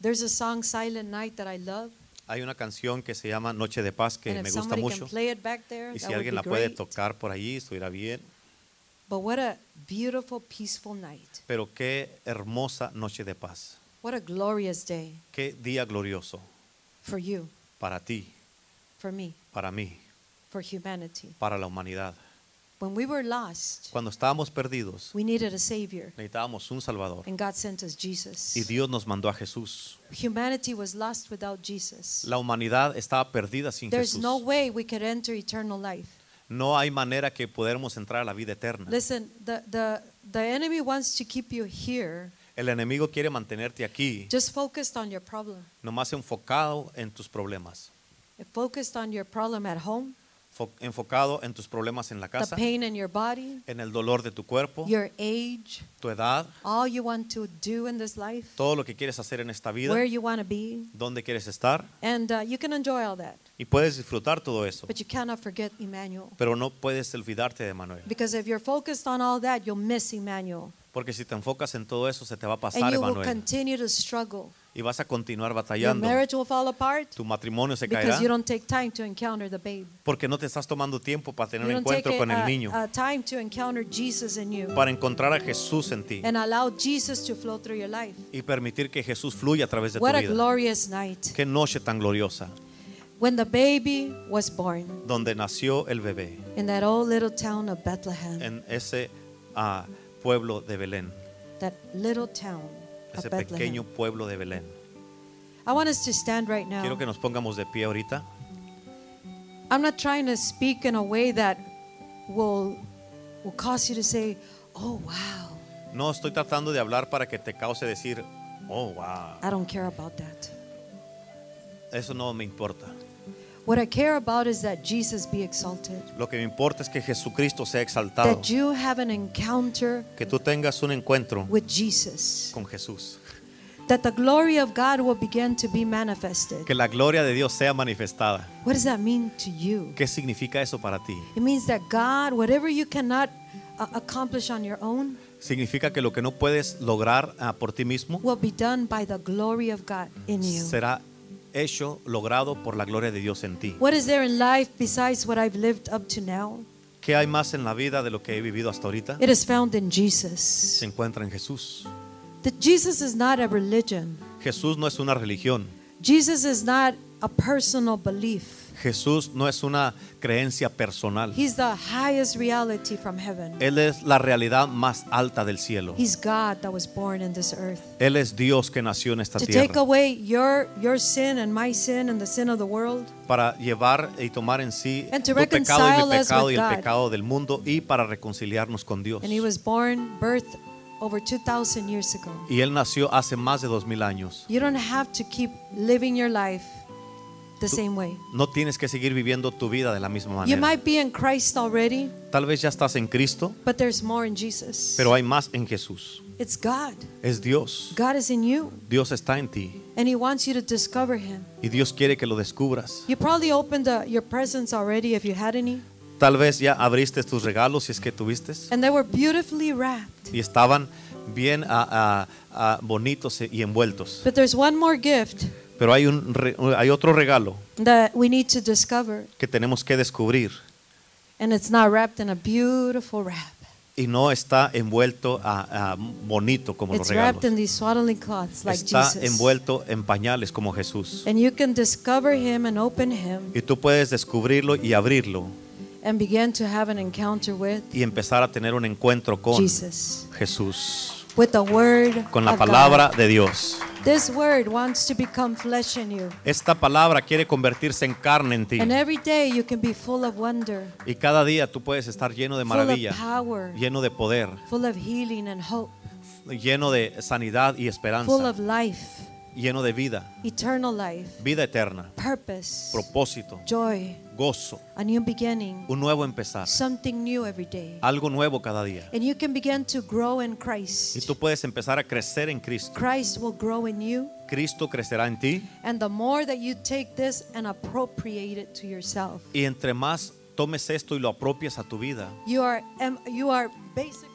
S1: there's a song Silent Night that I love.
S2: Hay una canción que se llama Noche de Paz que
S1: and
S2: me
S1: if
S2: gusta
S1: somebody can
S2: mucho.
S1: play it back there, that
S2: Y si
S1: would be
S2: alguien la puede
S1: great.
S2: tocar por allí, estuviera bien.
S1: But what a beautiful, peaceful night.
S2: Pero qué hermosa noche de paz.
S1: What a glorious day
S2: Qué día glorioso
S1: for you,
S2: para ti,
S1: for me,
S2: para mí,
S1: for humanity.
S2: para la humanidad.
S1: When we were lost,
S2: Cuando estábamos perdidos,
S1: we needed a savior,
S2: necesitábamos un Salvador.
S1: and God sent us Jesus.
S2: Y Dios nos mandó a Jesús.
S1: Humanity was lost without Jesus.
S2: La humanidad estaba perdida sin
S1: There's
S2: Jesús.
S1: no way we could enter eternal life.
S2: No hay manera que podamos entrar a la vida eterna.
S1: Listen, the, the, the enemy wants to keep you here
S2: El enemigo quiere mantenerte aquí,
S1: just focused on your problem.
S2: nomás enfocado en tus problemas.
S1: Focused on your problem at home,
S2: Fo- Enfocado en tus problemas en la
S1: the
S2: casa, Oh.
S1: pain in your body,
S2: en el dolor de tu cuerpo,
S1: your age,
S2: tu edad,
S1: all you want to do in this life,
S2: todo lo que quieres hacer en esta vida,
S1: where you want to be.
S2: dónde quieres estar.
S1: And uh, you can enjoy all that,
S2: Y puedes disfrutar todo eso,
S1: but you cannot forget Emmanuel.
S2: pero no puedes olvidarte de Manuel.
S1: Because if you're focused on all that, you'll miss Emmanuel.
S2: Porque si te enfocas en todo eso, se te va a
S1: And
S2: pasar,
S1: you will
S2: Emanuel.
S1: continue to struggle.
S2: Y vas a continuar
S1: Your
S2: batallando.
S1: marriage will fall apart
S2: Tu matrimonio se caerá
S1: because you don't take time to encounter the babe.
S2: porque no te estás tomando tiempo para tener
S1: You
S2: un
S1: don't take uh,
S2: encuentro con el niño,
S1: a, a time to encounter Jesus in you.
S2: para encontrar a Jesús en ti
S1: and allow Jesus to flow through your life.
S2: y permitir que Jesús fluya a través de tu
S1: What a
S2: vida.
S1: glorious night.
S2: Qué noche tan gloriosa.
S1: when the baby was born
S2: donde nació el bebé,
S1: in that old little town of Bethlehem,
S2: en ese ah, pueblo de Belén,
S1: that little town of
S2: ese pequeño
S1: Bethlehem.
S2: pueblo de Belén.
S1: I want us to stand right
S2: Quiero
S1: now.
S2: que nos pongamos de pie ahorita.
S1: I'm not trying to speak in a way that will will cause you to say, "Oh wow,
S2: No estoy tratando de hablar para que te cause decir, oh, wow,
S1: I don't care about that."
S2: eso no me importa.
S1: What I care about is that Jesus be exalted.
S2: Lo que me importa es que Jesucristo sea exaltado,
S1: That you have an encounter
S2: que tú tengas un encuentro
S1: with Jesus.
S2: con Jesús,
S1: That the glory of God will begin to be manifested.
S2: que la gloria de Dios sea manifestada.
S1: What does that mean to you?
S2: ¿Qué significa eso para ti?
S1: It means that God, whatever you cannot uh, accomplish on your own,
S2: Significa que lo que no puedes lograr ah, por ti mismo
S1: will be done by the glory of God in you.
S2: será hecho, logrado por la gloria de Dios en ti.
S1: What is there in life besides what I've lived up to now?
S2: ¿Qué hay más en la vida de lo que he vivido hasta ahorita?
S1: It is found in Jesus.
S2: Se encuentra en Jesús.
S1: That Jesus is not a religion.
S2: Jesús no es una religión.
S1: Jesus is not a personal belief.
S2: Jesús no es una creencia personal.
S1: He's the highest reality from heaven.
S2: Él es la realidad más alta del cielo.
S1: He's God that was born in this earth.
S2: Él es Dios que nació en esta
S1: To take
S2: tierra
S1: away your your sin and my sin and the sin of the world.
S2: para llevar y tomar en sí
S1: And
S2: tu
S1: to
S2: pecado y mi
S1: reconcile us
S2: pecado y
S1: with
S2: el
S1: God.
S2: pecado del mundo y para reconciliarnos con Dios.
S1: And he was born, birthed over 2,000 years ago.
S2: Y Él nació hace más de dos mil años.
S1: You don't have to keep living your life the same way.
S2: No tienes que seguir viviendo tu vida de la misma
S1: You
S2: manera.
S1: might be in Christ already,
S2: Tal vez ya estás en Cristo,
S1: but there's more in Jesus.
S2: pero hay más en Jesús.
S1: It's God.
S2: Es Dios.
S1: God is in you,
S2: Dios está en ti
S1: and He wants you to discover Him.
S2: y Dios quiere que lo descubras.
S1: You probably opened uh, your presents already if you had any,
S2: Tal vez ya abriste tus regalos si es que tuviste
S1: and they were beautifully wrapped.
S2: y estaban bien ah, ah, ah, bonitos y envueltos.
S1: But there's one more gift
S2: Pero hay, un, re- hay otro regalo
S1: that we need to discover,
S2: que tenemos que descubrir
S1: and it's not wrapped in a beautiful wrap.
S2: y no está envuelto ah, ah, bonito como los
S1: It's wrapped in
S2: regalos.
S1: these swaddling cloths like
S2: Está
S1: Jesus.
S2: envuelto en pañales como Jesús.
S1: And you can discover Him and open Him
S2: Y tú puedes descubrirlo y abrirlo
S1: and begin to have an encounter with
S2: y empezar a tener un encuentro con
S1: Jesus,
S2: Jesús,
S1: with the Word
S2: con la
S1: of God.
S2: palabra de Dios.
S1: This Word wants to become flesh in you.
S2: Esta palabra quiere convertirse en carne en ti.
S1: And every day you can be full of wonder,
S2: Y cada día tú puedes estar lleno de
S1: Full of
S2: maravilla,
S1: power.
S2: lleno de poder,
S1: full of healing and hope,
S2: lleno de sanidad y
S1: full
S2: esperanza,
S1: of life,
S2: lleno de vida,
S1: eternal life,
S2: vida eterna,
S1: purpose,
S2: propósito,
S1: joy,
S2: gozo,
S1: a new beginning,
S2: un nuevo empezar,
S1: something new every day.
S2: algo nuevo cada día.
S1: And you can begin to grow in
S2: Y
S1: Christ.
S2: tú puedes empezar a crecer en Cristo.
S1: Christ will grow in you.
S2: Cristo crecerá en ti
S1: And the more that you take this and appropriate it to yourself,
S2: y entre más tomes esto y lo apropies a tu vida,
S1: you are, em- you are basically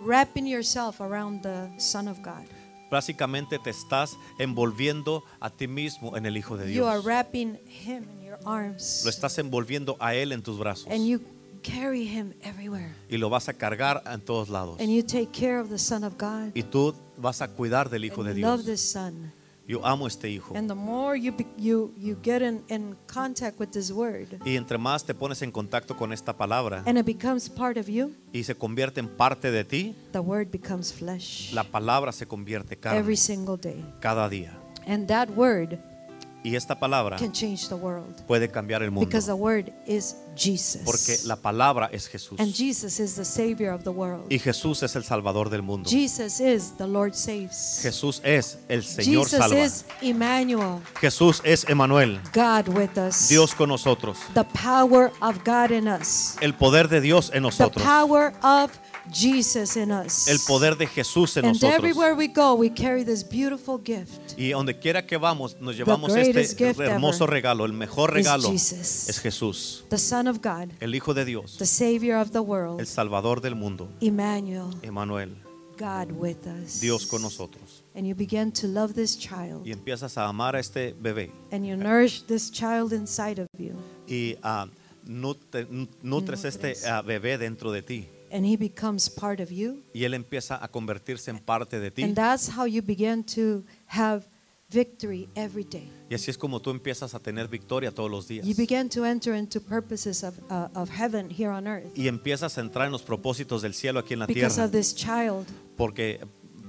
S1: wrapping yourself around the Son of God.
S2: básicamente te estás envolviendo a ti mismo en el Hijo de
S1: You are
S2: Dios.
S1: wrapping Him in your arms.
S2: Lo estás envolviendo a Él en tus brazos
S1: And you carry him everywhere.
S2: y lo vas a cargar en todos lados.
S1: And you take care of the Son of God.
S2: Y tú vas a cuidar del Hijo
S1: and
S2: de
S1: you love
S2: Dios.
S1: this Son.
S2: Yo amo este Hijo.
S1: And the more you, be, you, you get in, in contact with this word,
S2: Y entre más te pones en contacto con esta palabra
S1: and it becomes part of you,
S2: y se convierte en parte de ti,
S1: the word becomes flesh
S2: la palabra se convierte
S1: every
S2: carne
S1: single day.
S2: cada día.
S1: And that word
S2: Y esta palabra
S1: can change the world
S2: puede cambiar el mundo.
S1: because the word is
S2: Porque
S1: Jesus.
S2: la palabra es Jesús.
S1: And Jesus is the Savior of the world.
S2: Y Jesús es el Salvador del mundo.
S1: Jesus is the Lord saves.
S2: Jesús es el Señor
S1: Jesus
S2: Salva.
S1: is Emmanuel,
S2: Jesús es Emanuel,
S1: God with us.
S2: Dios con nosotros.
S1: the power of God in us,
S2: El poder de Dios en
S1: the
S2: nosotros.
S1: power of Jesus in us.
S2: El poder de Jesús en
S1: and
S2: nosotros.
S1: everywhere we go, we carry this beautiful gift.
S2: Y donde quiera que vamos, nos llevamos
S1: greatest
S2: este
S1: gift
S2: hermoso
S1: ever
S2: regalo. El mejor
S1: is
S2: regalo
S1: Jesus.
S2: es Jesús,
S1: The Son of God,
S2: el Hijo de Dios,
S1: the Savior of the
S2: el
S1: world,
S2: Salvador del mundo,
S1: Emmanuel,
S2: Emanuel,
S1: God with us.
S2: Dios con nosotros.
S1: And you begin to love this child,
S2: Y empiezas a amar a este bebé
S1: and you nourish this child inside of you,
S2: y ah, nute- nu- nutres este ah, bebé dentro de ti.
S1: and he becomes part of you.
S2: Y él empieza a convertirse en parte de ti.
S1: And that's how you begin to have victory every day.
S2: Y así es como tú empiezas a tener victoria todos los días.
S1: You begin to enter into purposes of, uh, of heaven here on earth
S2: Y empiezas a entrar en los propósitos del cielo aquí en la
S1: because
S2: tierra.
S1: of this child
S2: Porque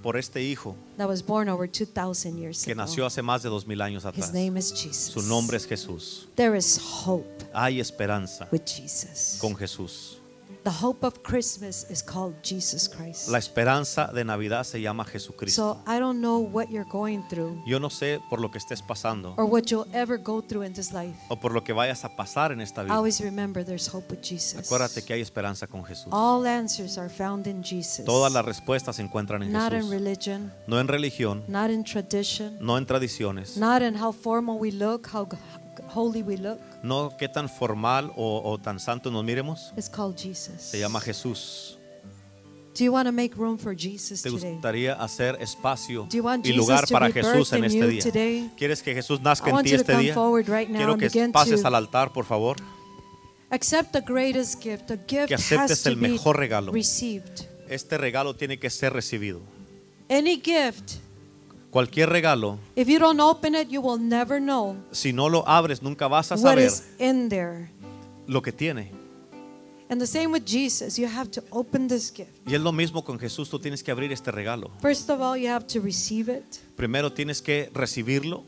S2: por este hijo
S1: that was born over 2,000 years
S2: que
S1: ago.
S2: nació hace más de dos mil años atrás.
S1: His name is Jesus.
S2: Su nombre es Jesús.
S1: There is hope
S2: Hay esperanza
S1: with Jesus.
S2: con Jesús.
S1: The hope of Christmas is called Jesus Christ.
S2: La esperanza de Navidad se llama
S1: So
S2: Jesucristo.
S1: I don't know what you're going through
S2: Yo no sé por lo que estés pasando
S1: or what you'll ever go through in this life.
S2: o por lo que vayas a pasar en esta vida.
S1: Always remember there's hope with Jesus.
S2: Acuérdate que hay esperanza con Jesús.
S1: All answers are found in Jesus.
S2: Todas las respuestas se encuentran en
S1: Not in
S2: Jesús.
S1: religion,
S2: No en religión,
S1: not in tradition,
S2: no en tradiciones,
S1: not in how formal we look, how g- holy we look.
S2: no qué tan formal o, o tan santo nos miremos.
S1: It's called Jesus.
S2: Se llama Jesús.
S1: Do you want to make room for Jesus
S2: ¿Te
S1: today?
S2: gustaría hacer espacio
S1: Do you want
S2: y
S1: Jesus
S2: lugar
S1: to
S2: para
S1: be
S2: Jesús
S1: birthed
S2: en
S1: in
S2: este
S1: you
S2: día?
S1: today?
S2: ¿Quieres que Jesús
S1: I
S2: nazca en
S1: want
S2: ti
S1: you to
S2: este
S1: come
S2: día?
S1: forward right now
S2: Quiero
S1: and
S2: que
S1: begin
S2: pases
S1: to-
S2: al altar, por favor.
S1: Accept the greatest gift. The gift
S2: Que
S1: has
S2: aceptes
S1: to
S2: el
S1: be
S2: mejor regalo.
S1: received.
S2: Este regalo tiene que ser recibido.
S1: Any gift,
S2: Cualquier regalo,
S1: if you don't open it, you will never know
S2: si no lo abres, nunca vas a
S1: what
S2: saber
S1: is in there.
S2: lo que tiene.
S1: And the same with Jesus. You have to open this gift.
S2: Y es lo mismo con Jesús, tú tienes que abrir este regalo.
S1: First of all, you have to receive it.
S2: Primero tienes que recibirlo,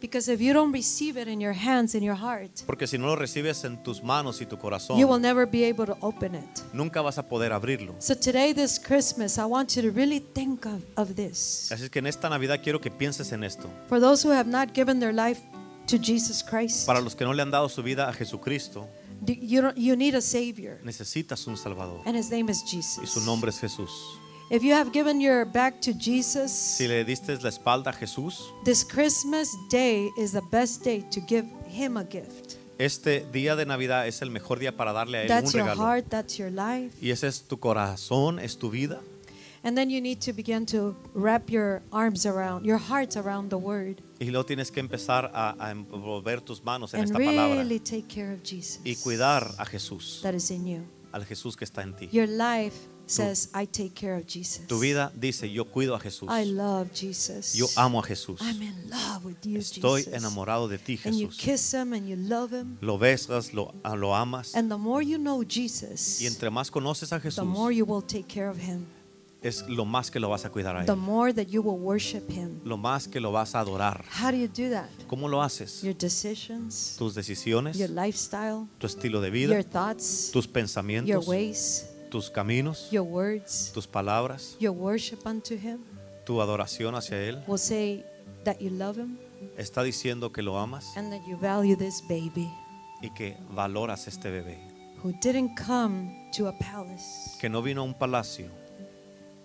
S1: Because if you don't receive it in your hands, in your heart,
S2: porque si no lo recibes en tus manos y tu corazón,
S1: you will never be able to open it.
S2: nunca vas a poder abrirlo.
S1: So today, this Christmas, I want you to really think of, of this.
S2: Así es que en esta Navidad quiero que pienses en esto.
S1: For those who have not given their life to Jesus Christ,
S2: Para los que no le han dado su vida a Jesucristo,
S1: do- you, don't- you need a Savior,
S2: necesitas un Salvador.
S1: and His name is
S2: Y
S1: Jesus.
S2: su nombre es Jesús.
S1: If you have given your back to Jesus,
S2: Si le diste la espalda a Jesús,
S1: this Christmas day is the best day to give Him a gift.
S2: este día de Navidad es el mejor día para darle a Él Eh, un
S1: That's your
S2: regalo.
S1: heart, that's your life.
S2: Y ese es tu corazón, es tu vida.
S1: And then you need to begin to wrap your arms around, your hearts around the Word,
S2: Y luego tienes que empezar a, a envolver tus manos en
S1: and
S2: esta palabra
S1: really take care of Jesus
S2: y cuidar a Jesús,
S1: that is in you.
S2: al Jesús que está en ti.
S1: Your life says, I take care of Jesus.
S2: Tu vida dice, yo cuido a Jesús,
S1: I love Jesus.
S2: yo amo a Jesús,
S1: I'm in love with you,
S2: estoy
S1: Jesus.
S2: enamorado de ti,
S1: And you
S2: Jesús.
S1: kiss him and you love him.
S2: Lo besas, lo, a- lo amas.
S1: And the more you know Jesus,
S2: Y entre más conoces a
S1: the more
S2: Jesús,
S1: you will take care of him.
S2: es lo más que lo vas a cuidar a
S1: The
S2: Él,
S1: more that you will worship him.
S2: lo más que lo vas a adorar.
S1: How do you do that?
S2: ¿Cómo lo haces?
S1: Your decisions,
S2: Tus decisiones,
S1: your lifestyle,
S2: tu estilo de
S1: your
S2: vida,
S1: thoughts,
S2: tus
S1: your
S2: pensamientos,
S1: ways,
S2: tus caminos,
S1: your words,
S2: tus palabras,
S1: your worship unto him
S2: tu adoración hacia Él.
S1: will say that you love him
S2: Está diciendo que lo amas
S1: and that you value this baby
S2: y que valoras este bebé,
S1: who didn't come to a palace.
S2: que no vino a un palacio.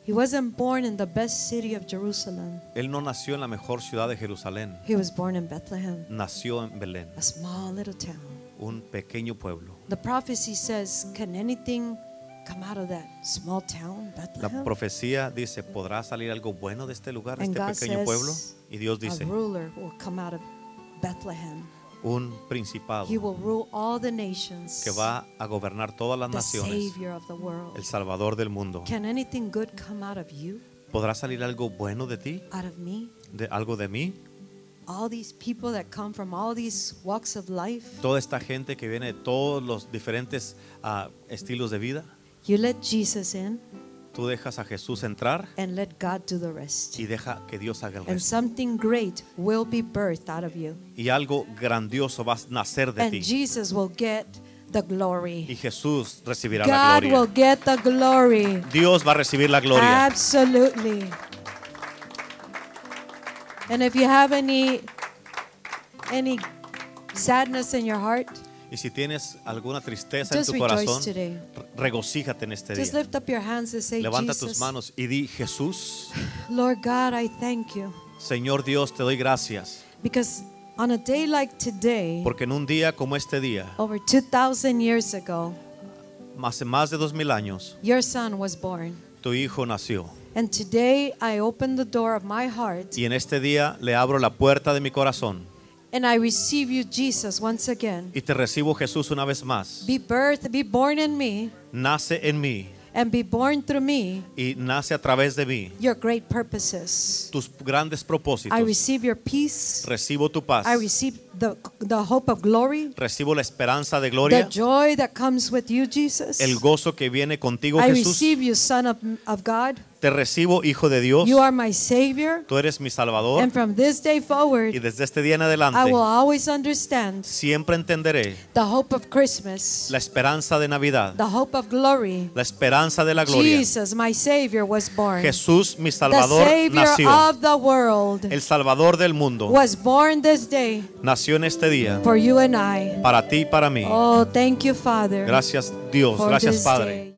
S1: He wasn't born in the best city of Jerusalem.
S2: Él no nació en la mejor ciudad de Jerusalén,
S1: He was born in Bethlehem,
S2: nació en Belén,
S1: a small little town.
S2: un pequeño pueblo.
S1: The prophecy says, Can anything come out of that small town,
S2: La
S1: Bethlehem?
S2: profecía dice, ¿podrá salir algo bueno de este lugar, de
S1: And
S2: este
S1: God
S2: pequeño
S1: says,
S2: pueblo? Y Dios
S1: A
S2: dice,
S1: ruler will come out of Bethlehem.
S2: un principado
S1: He will rule all the nations.
S2: que va a gobernar todas las
S1: the
S2: naciones,
S1: Savior of the
S2: el
S1: world.
S2: Salvador del mundo.
S1: Can anything good come out of you,
S2: ¿Podrá salir algo bueno de ti?
S1: out of me?
S2: ¿De algo de mí?
S1: All these people that come from all these walks of life,
S2: Toda esta gente que viene de todos los diferentes ah, estilos de vida,
S1: you let Jesus in
S2: tú dejas a Jesús entrar
S1: and let God do the rest.
S2: y deja que Dios haga el
S1: And
S2: resto.
S1: something great will be birthed out of you.
S2: Y algo grandioso va a nacer de
S1: And
S2: ti.
S1: Jesus will get the glory.
S2: Y Jesús recibirá la
S1: God will
S2: gloria.
S1: get the glory.
S2: Dios va a recibir la gloria.
S1: Absolutely. And if you have any any sadness in your heart,
S2: Y si tienes alguna tristeza en
S1: Just
S2: tu
S1: rejoice
S2: corazón,
S1: today.
S2: re- regocíjate en este
S1: just
S2: día.
S1: lift up your hands and say,
S2: Levanta tus
S1: Jesus,
S2: manos y di, Jesús,
S1: Lord God, I thank you
S2: Señor Dios, te doy gracias.
S1: because on a day like today,
S2: Porque en un día como este día,
S1: over 2,000 years ago,
S2: hace más de dos mil años,
S1: your son was born.
S2: tu hijo nació.
S1: And today I open the door of my heart
S2: Y en este día le abro la puerta de mi corazón
S1: and I receive you, Jesus, once again.
S2: y te recibo Jesús una vez más.
S1: Be birthed, be born in me.
S2: Nace en mí
S1: and be born through me
S2: y nace a través de mí
S1: your great purposes.
S2: tus grandes propósitos.
S1: I receive your peace.
S2: Recibo tu paz.
S1: I receive the, the hope of glory,
S2: Recibo la esperanza de
S1: the
S2: gloria,
S1: joy that comes with you, Jesus.
S2: el gozo que viene contigo,
S1: I
S2: Jesús.
S1: receive you, Son of, of God.
S2: Te recibo, Hijo de Dios.
S1: You are my Savior.
S2: Tú eres mi Salvador.
S1: And from this day forward,
S2: Y desde este día en
S1: I
S2: adelante
S1: will always understand
S2: siempre entenderé
S1: the hope of Christmas,
S2: la esperanza de Navidad,
S1: the hope of glory.
S2: la esperanza de la gloria.
S1: Jesus, my Savior, was born.
S2: Jesús, mi
S1: The
S2: Salvador,
S1: Savior
S2: nació.
S1: of the world
S2: El Salvador del mundo
S1: was born this day
S2: nació en este día
S1: for you and I.
S2: para ti y para mí.
S1: Oh, thank you, Father.
S2: Gracias Dios,
S1: for
S2: gracias
S1: this
S2: Padre.
S1: day.